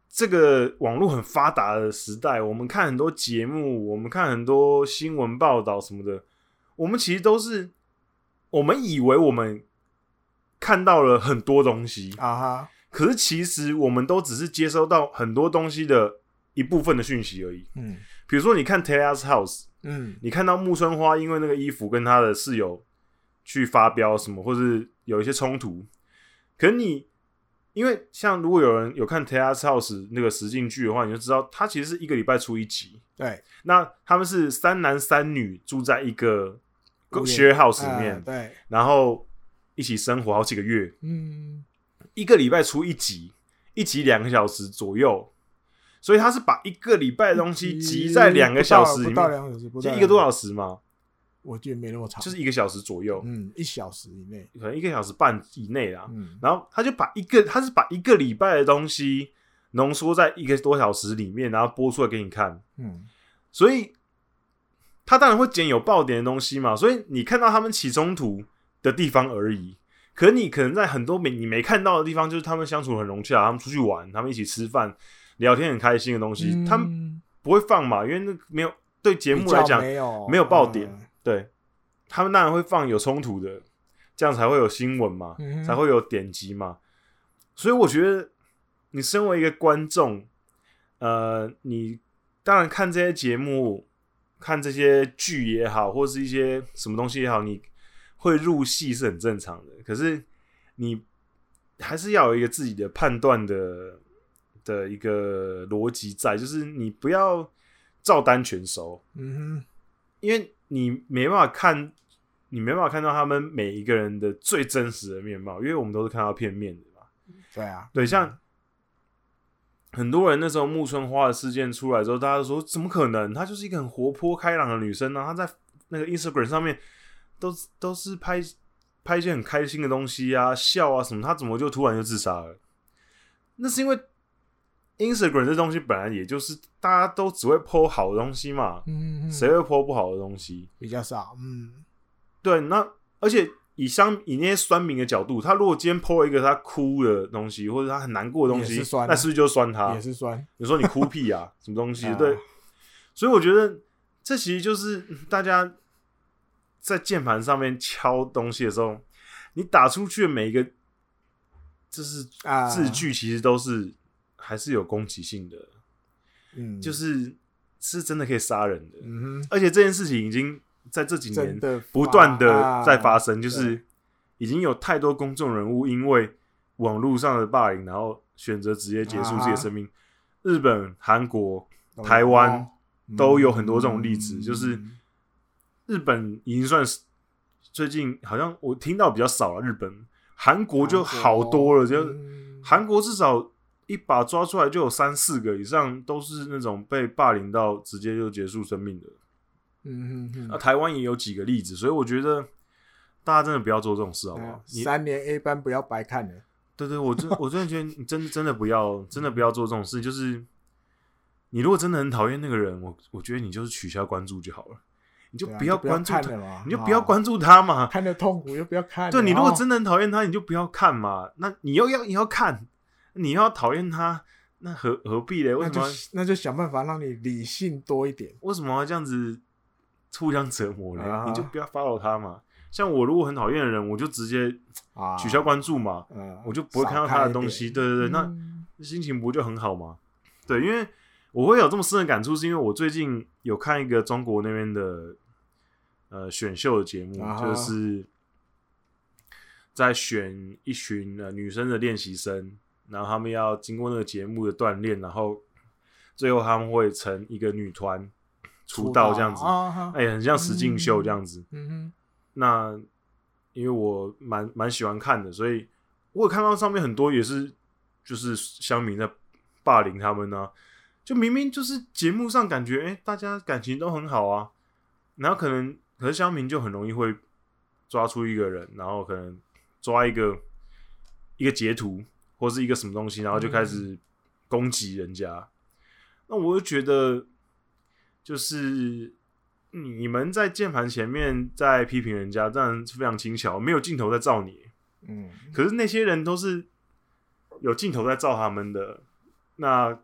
[SPEAKER 2] 这个网络很发达的时代，我们看很多节目，我们看很多新闻报道什么的，我们其实都是我们以为我们看到了很多东西，
[SPEAKER 1] 啊哈，
[SPEAKER 2] 可是其实我们都只是接收到很多东西的一部分的讯息而已。
[SPEAKER 1] 嗯
[SPEAKER 2] 比如说，你看 Taylor's House，
[SPEAKER 1] 嗯
[SPEAKER 2] 你看到木村花因为那个衣服跟他的室友去发飙什么，或是有一些冲突，可你因为像如果有人有看《Terrace House》那个实境剧的话，你就知道它其实是一个礼拜出一集。
[SPEAKER 1] 对，
[SPEAKER 2] 那他们是三男三女住在一个
[SPEAKER 1] 屋檐
[SPEAKER 2] share house 里面，
[SPEAKER 1] 啊对，
[SPEAKER 2] 然后一起生活好几个月，
[SPEAKER 1] 嗯
[SPEAKER 2] 一个礼拜出一集，一集两个小时左右，所以他是把一个礼拜的东西集在两个小时里
[SPEAKER 1] 不到
[SPEAKER 2] 面，
[SPEAKER 1] 两个小时，不
[SPEAKER 2] 就
[SPEAKER 1] 到
[SPEAKER 2] 一个多
[SPEAKER 1] 两
[SPEAKER 2] 小时嘛。
[SPEAKER 1] 时，我记得没那么长，
[SPEAKER 2] 就是一个小时左右，
[SPEAKER 1] 嗯一小时以内，
[SPEAKER 2] 可能一个小时半以内啦。
[SPEAKER 1] 嗯
[SPEAKER 2] 然后他就把一个，他是把一个礼拜的东西浓缩在一个多小时里面，然后播出来给你看。
[SPEAKER 1] 嗯
[SPEAKER 2] 所以他当然会捡有爆点的东西嘛。所以你看到他们起冲突的地方而已。可你可能在很多没你没看到的地方，就是他们相处很融洽，他们出去玩，他们一起吃饭、聊天很开心的东西，
[SPEAKER 1] 嗯
[SPEAKER 2] 他们不会放嘛，因为那没有对节目
[SPEAKER 1] 比
[SPEAKER 2] 来
[SPEAKER 1] 较
[SPEAKER 2] 讲
[SPEAKER 1] 没有
[SPEAKER 2] 没有爆点
[SPEAKER 1] 嗯
[SPEAKER 2] 对，他们当然会放有冲突的，这样才会有新闻嘛，
[SPEAKER 1] 嗯哼
[SPEAKER 2] 才会有点击嘛。所以我觉得，你身为一个观众，呃，你当然看这些节目，看这些剧也好，或是一些什么东西也好，你会入戏是很正常的。可是你还是要有一个自己的判断的的一个逻辑在，就是你不要照单全收。
[SPEAKER 1] 嗯
[SPEAKER 2] 因为你没办法看，你没办法看到他们每一个人的最真实的面貌，因为我们都是看到片面的嘛。
[SPEAKER 1] 哼，对啊，
[SPEAKER 2] 对，像很多人那时候木村花的事件出来之后，大家都说怎么可能？她就是一个很活泼开朗的女生呢、啊，她在那个 Instagram 上面都都是拍拍一些很开心的东西啊，笑啊什么，她怎么就突然就自杀了？那是因为 Instagram 这东西本来也就是大家都只会 po 好的东西嘛，
[SPEAKER 1] 嗯哼
[SPEAKER 2] 谁会 po 不好的东西？
[SPEAKER 1] 比较少，嗯
[SPEAKER 2] 对，那而且以相以那些酸民的角度，他如果今天 po 一个他哭的东西，或者他很难过的东
[SPEAKER 1] 也
[SPEAKER 2] 西，
[SPEAKER 1] 是酸啊
[SPEAKER 2] 那是不是就酸他？
[SPEAKER 1] 也是酸，
[SPEAKER 2] 你说你哭屁啊，什么东
[SPEAKER 1] <laughs>
[SPEAKER 2] 西
[SPEAKER 1] 啊？
[SPEAKER 2] 对，所以我觉得这其实就是大家在键盘上面敲东西的时候，你打出去的每一个就是
[SPEAKER 1] 啊
[SPEAKER 2] 字句，其实都是还是有攻击性的，
[SPEAKER 1] 嗯，
[SPEAKER 2] 就是是真的可以杀人的。
[SPEAKER 1] 嗯哼，
[SPEAKER 2] 而且这件事情已经在这几年
[SPEAKER 1] 真的
[SPEAKER 2] 不断的
[SPEAKER 1] 发
[SPEAKER 2] 在发生，就
[SPEAKER 1] 对
[SPEAKER 2] 是已经有太多公众人物因为网络上的霸凌，然后选择直接结束自己的生命。
[SPEAKER 1] 啊
[SPEAKER 2] 日本、韩国、
[SPEAKER 1] 懂
[SPEAKER 2] 台湾
[SPEAKER 1] 嗯
[SPEAKER 2] 都有很多这种例子，就是
[SPEAKER 1] 嗯
[SPEAKER 2] 日本已经算是最近好像我听到比较少了，日本、韩国就好多了，就
[SPEAKER 1] 嗯
[SPEAKER 2] 韩国至少一把抓出来就有三四个以上都是那种被霸凌到直接就结束生命的。
[SPEAKER 1] 嗯哼
[SPEAKER 2] 那、
[SPEAKER 1] 哼
[SPEAKER 2] 呃台湾也有几个例子，所以我觉得大家真的不要做这种事，好不好
[SPEAKER 1] 嗯，？
[SPEAKER 2] 你
[SPEAKER 1] 三年 A 班不要白看了，
[SPEAKER 2] 对对，我真我真的觉得你真的真的不要真的不要做这种事，就是你如果真的很讨厌那个人，我我觉得你就是取消关注就好了，你就
[SPEAKER 1] 对啊
[SPEAKER 2] 不要
[SPEAKER 1] 就不要
[SPEAKER 2] 关注
[SPEAKER 1] 看
[SPEAKER 2] 他，
[SPEAKER 1] 了嘛
[SPEAKER 2] 你就不要
[SPEAKER 1] 哦
[SPEAKER 2] 关注他嘛。
[SPEAKER 1] 看的痛苦就不要看了。
[SPEAKER 2] 对你如果
[SPEAKER 1] 哦
[SPEAKER 2] 真的很讨厌他，你就不要看嘛。那你又要你要看，你又要讨厌他，那何何必嘞？为
[SPEAKER 1] 哦那就
[SPEAKER 2] 什么要
[SPEAKER 1] 那就想办法让你理性多一点。
[SPEAKER 2] 为什么要这样子互相折磨嘞？
[SPEAKER 1] 啊
[SPEAKER 2] 你就不要 follow 他嘛。像我如果很讨厌的人，我就直接
[SPEAKER 1] 啊，
[SPEAKER 2] 取消关注嘛，
[SPEAKER 1] 嗯，
[SPEAKER 2] 我就不会看到他的东西。对对对，那
[SPEAKER 1] 嗯
[SPEAKER 2] 心情不就很好吗？对，因为我会有这么深的感触，是因为我最近有看一个中国那边的呃选秀的节目，
[SPEAKER 1] 啊哈
[SPEAKER 2] 就是在选一群呃女生的练习生，然后他们要经过那个节目的锻炼，然后最后他们会成一个女团出道这样子，
[SPEAKER 1] 啊哈
[SPEAKER 2] 哎、很像实境秀这样子。
[SPEAKER 1] 嗯
[SPEAKER 2] 那因为我蛮蛮喜欢看的，所以我有看到上面很多也是就是乡民在霸凌他们呢、啊就明明就是节目上感觉哎、诶大家感情都很好啊，然后可能可是乡民就很容易会抓出一个人，然后可能抓一个一个截图或是一个什么东西，然后就开始攻击人家。那我就觉得，就是你们在键盘前面在批评人家，当然是非常轻巧，没有镜头在照你。
[SPEAKER 1] 嗯，
[SPEAKER 2] 可是那些人都是有镜头在照他们的，那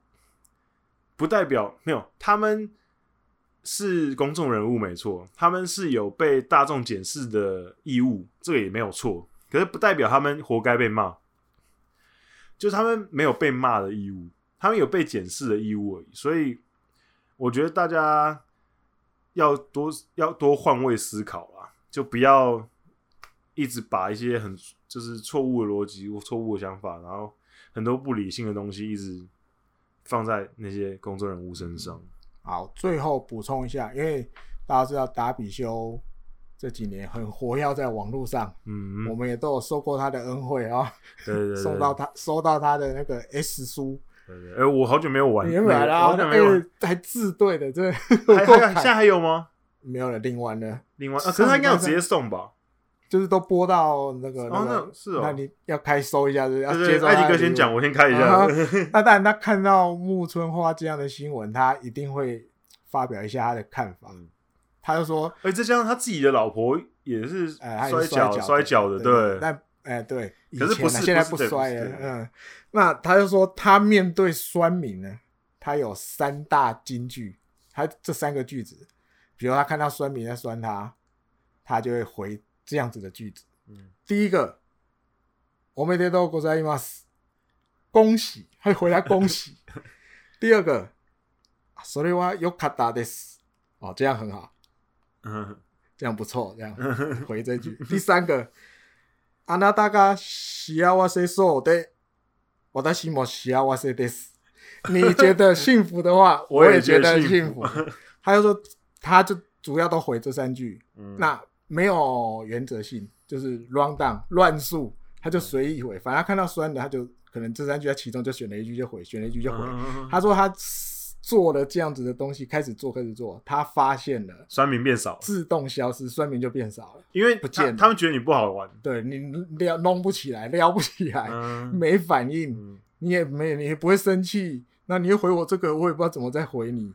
[SPEAKER 2] 不代表没有他们是公众人物没错，他们是有被大众检视的义务，这个也没有错。可是不代表他们活该被骂，就是他们没有被骂的义务，他们有被检视的义务而已。所以我觉得大家要多要多换位思考啦，就不要一直把一些很就是错误的逻辑、错误的想法，然后很多不理性的东西一直放在那些公众人物身上。
[SPEAKER 1] 好，最后补充一下，因为大家知道达比修这几年很活跃在网络上，
[SPEAKER 2] 嗯，
[SPEAKER 1] 我们也都有受过他的恩惠啊、
[SPEAKER 2] 对对对，
[SPEAKER 1] 送到他收到他的那个 S 书，
[SPEAKER 2] 对。对对哎、我好久没有玩，
[SPEAKER 1] 原本
[SPEAKER 2] 我好
[SPEAKER 1] 啦，
[SPEAKER 2] 久没有玩，
[SPEAKER 1] 哎还自对的，这
[SPEAKER 2] 还还现在还有吗？
[SPEAKER 1] 没有了，另外呢，
[SPEAKER 2] 另外，啊、可是他应该有直接送吧？
[SPEAKER 1] 就是都播到那个那
[SPEAKER 2] 哦
[SPEAKER 1] 个，
[SPEAKER 2] 那，是哦，
[SPEAKER 1] 那你要开收一下，是不是要
[SPEAKER 2] 对
[SPEAKER 1] 接
[SPEAKER 2] 对
[SPEAKER 1] 受
[SPEAKER 2] 对，
[SPEAKER 1] 他的
[SPEAKER 2] 艾迪哥先
[SPEAKER 1] 礼物
[SPEAKER 2] 讲，我先看一下
[SPEAKER 1] 啊。那当然，他看到木村花这样的新闻，他一定会发表一下他的看法。
[SPEAKER 2] 嗯
[SPEAKER 1] 他就说
[SPEAKER 2] 哎，再加上他自己的老婆也是：“
[SPEAKER 1] 哎、他也
[SPEAKER 2] 摔
[SPEAKER 1] 是摔
[SPEAKER 2] 跤摔跤的，对，
[SPEAKER 1] 但哎、对，以
[SPEAKER 2] 可是
[SPEAKER 1] 前啊
[SPEAKER 2] 不是
[SPEAKER 1] 现在
[SPEAKER 2] 不是
[SPEAKER 1] 摔了
[SPEAKER 2] 对不。是对
[SPEAKER 1] 嗯，那他就说他面对酸民呢，他有三大金句，他这三个句子，比如他看到酸民在酸他，他就会回这样子的句子。
[SPEAKER 2] 嗯
[SPEAKER 1] 第一个，我めでとうございます，恭喜，会回答恭
[SPEAKER 2] <laughs>
[SPEAKER 1] 喜。第二个，啊それは良かったです，哦，这样很好。
[SPEAKER 2] 嗯，
[SPEAKER 1] 这样不错，
[SPEAKER 2] <laughs>
[SPEAKER 1] 这样回这句。第三个，あなたが幸せそうで、私も幸せです。你觉得幸福的话，
[SPEAKER 2] <laughs> 我也
[SPEAKER 1] 也觉得
[SPEAKER 2] 觉得幸
[SPEAKER 1] 福。他就说，他就主要都回这三句，
[SPEAKER 2] 嗯
[SPEAKER 1] 那没有原则性，就是 round down 乱数，他
[SPEAKER 2] 嗯
[SPEAKER 1] 就随意回。反正他看到酸的，他就可能这三句他其中就选了一句就回，选了一句就回。
[SPEAKER 2] 嗯
[SPEAKER 1] 他说他做了这样子的东西，开始做，开始做，他发现了。
[SPEAKER 2] 酸民变少了，
[SPEAKER 1] 自动消失，酸民就变少了。
[SPEAKER 2] 因为
[SPEAKER 1] 不见
[SPEAKER 2] 他
[SPEAKER 1] 了
[SPEAKER 2] 他们觉得你不好玩，
[SPEAKER 1] 对你撩弄不起来，撩不起来，
[SPEAKER 2] 嗯
[SPEAKER 1] 哎没反应，
[SPEAKER 2] 嗯
[SPEAKER 1] 你也没你也不会生气，那你又回我这个，我也不知道怎么再回你。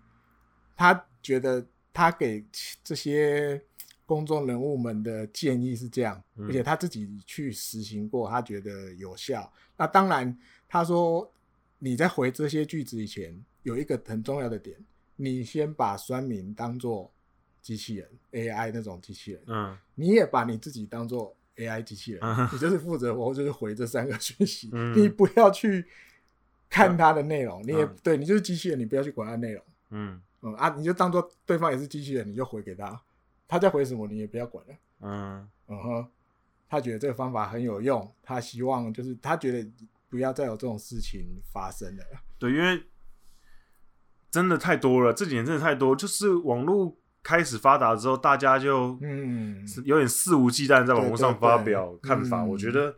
[SPEAKER 1] 他觉得他给这些公众人物们的建议是这样，
[SPEAKER 2] 嗯
[SPEAKER 1] 而且他自己去实行过，他觉得有效。那当然，他说你在回这些句子以前，有一个很重要的点，你先把酸民当做机器人 AI 那种机器人，
[SPEAKER 2] 嗯
[SPEAKER 1] 你也把你自己当做 AI 机器人，
[SPEAKER 2] 嗯
[SPEAKER 1] 你就是负责我就是回这三个讯息，
[SPEAKER 2] 嗯
[SPEAKER 1] 你不要去看它的内容，你也
[SPEAKER 2] 嗯
[SPEAKER 1] 对你就是机器人，你不要去管它内容，
[SPEAKER 2] 嗯
[SPEAKER 1] 嗯啊，你就当做对方也是机器人，你就回给他，他在回什么你也不要管了，
[SPEAKER 2] 嗯
[SPEAKER 1] 嗯哼，他觉得这个方法很有用，他希望就是他觉得不要再有这种事情发生了，
[SPEAKER 2] 对，因为真的太多了，这几年真的太多，就是网络开始发达之后，大家就
[SPEAKER 1] 嗯，
[SPEAKER 2] 是有点肆无忌惮在网络上发
[SPEAKER 1] 对
[SPEAKER 2] 表
[SPEAKER 1] 对对
[SPEAKER 2] 看法，
[SPEAKER 1] 嗯
[SPEAKER 2] 我觉得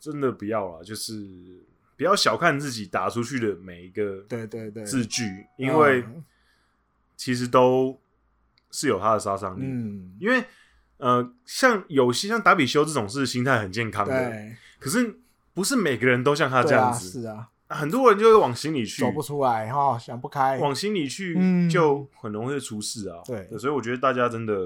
[SPEAKER 2] 真的不要了，就是不要小看自己打出去的每一个
[SPEAKER 1] 对对对，
[SPEAKER 2] 字句，因为
[SPEAKER 1] 嗯
[SPEAKER 2] 其实都是有它的杀伤力。
[SPEAKER 1] 嗯，
[SPEAKER 2] 因为呃，像有些像达比修这种是心态很健康的，
[SPEAKER 1] 对，
[SPEAKER 2] 可是不是每个人都像他这
[SPEAKER 1] 对
[SPEAKER 2] 样
[SPEAKER 1] 啊，
[SPEAKER 2] 子，
[SPEAKER 1] 是啊，
[SPEAKER 2] 很多人就会往心里去
[SPEAKER 1] 走，不出来哈，想不开，
[SPEAKER 2] 往心里去
[SPEAKER 1] 嗯
[SPEAKER 2] 就很容易出事啊。
[SPEAKER 1] 对
[SPEAKER 2] 所以我觉得大家真的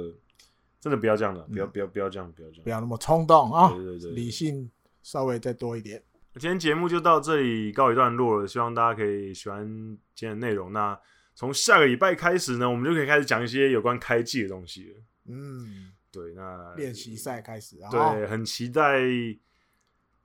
[SPEAKER 2] 真的不要这样了，不要
[SPEAKER 1] 嗯
[SPEAKER 2] 不要不要这样，不要这样
[SPEAKER 1] 不。要那么冲动啊，
[SPEAKER 2] 对对对对
[SPEAKER 1] 理性稍微再多一点。
[SPEAKER 2] 今天节目就到这里告一段落了，希望大家可以喜欢今天的内容。那从下个礼拜开始呢，我们就可以开始讲一些有关开季的东西了。
[SPEAKER 1] 嗯，
[SPEAKER 2] 对，那
[SPEAKER 1] 练习赛开始啊，哦
[SPEAKER 2] 对，很期待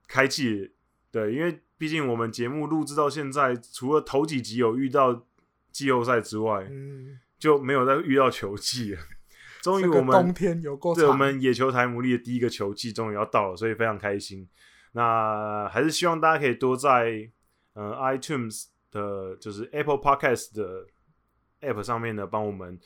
[SPEAKER 2] 开季。对，因为毕竟我们节目录制到现在，除了头几集有遇到季后赛之外，
[SPEAKER 1] 嗯，
[SPEAKER 2] 就没有再遇到球季了。 <laughs> 终于
[SPEAKER 1] 这个
[SPEAKER 2] 我们
[SPEAKER 1] 冬天有够
[SPEAKER 2] 对我
[SPEAKER 1] 长，
[SPEAKER 2] 们野球台牡蛎的第一个球季终于要到了，所以非常开心。那还是希望大家可以多在呃 iTunes 的，就是 Apple Podcast 的 App 上面呢，帮我们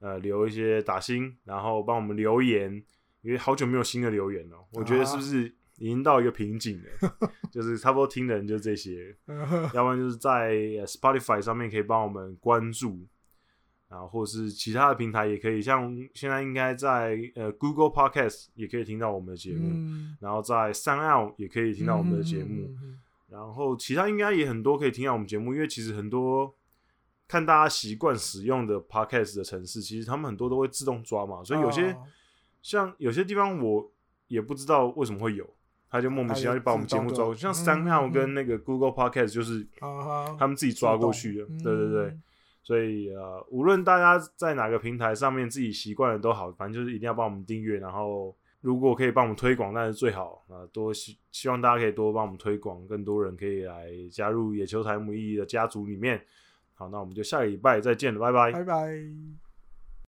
[SPEAKER 2] 呃留一些打星，然后帮我们留言，因为好久没有新的留言了，我觉得是不是已经到一个瓶颈了？ <laughs> 就是差不多听的人就这些，
[SPEAKER 1] 嗯呵
[SPEAKER 2] 要不然就是在呃 Spotify 上面可以帮我们关注，然后或是其他的平台也可以，像现在应该在呃 Google Podcast 也可以听到我们的节目，
[SPEAKER 1] 嗯
[SPEAKER 2] 然后在 s o u n o u 也可以听到我们的节目，
[SPEAKER 1] 嗯嗯嗯嗯
[SPEAKER 2] 然后其他应该也很多可以听到我们节目，因为其实很多看大家习惯使用的 podcast 的城市，其实他们很多都会自动抓嘛，所以有些、
[SPEAKER 1] 哦
[SPEAKER 2] 像有些地方我也不知道为什么会有，他就莫名其妙就把我们节目抓过去，
[SPEAKER 1] 它
[SPEAKER 2] 像
[SPEAKER 1] 就哦嗯自动
[SPEAKER 2] Sound
[SPEAKER 1] 的
[SPEAKER 2] Now 跟那个 Google Podcast 就是
[SPEAKER 1] 啊
[SPEAKER 2] 他们自己抓过去的，对对对。，所以呃，无论大家在哪个平台上面自己习惯的都好，反正就是一定要帮我们订阅，然后如果可以帮我们推广，那是最好啊、呃多希希望大家可以多帮我们推广，更多人可以来加入野球台姆意义的家族里面。好，那我们就下个礼拜再见了，拜拜
[SPEAKER 1] 自动的拜拜。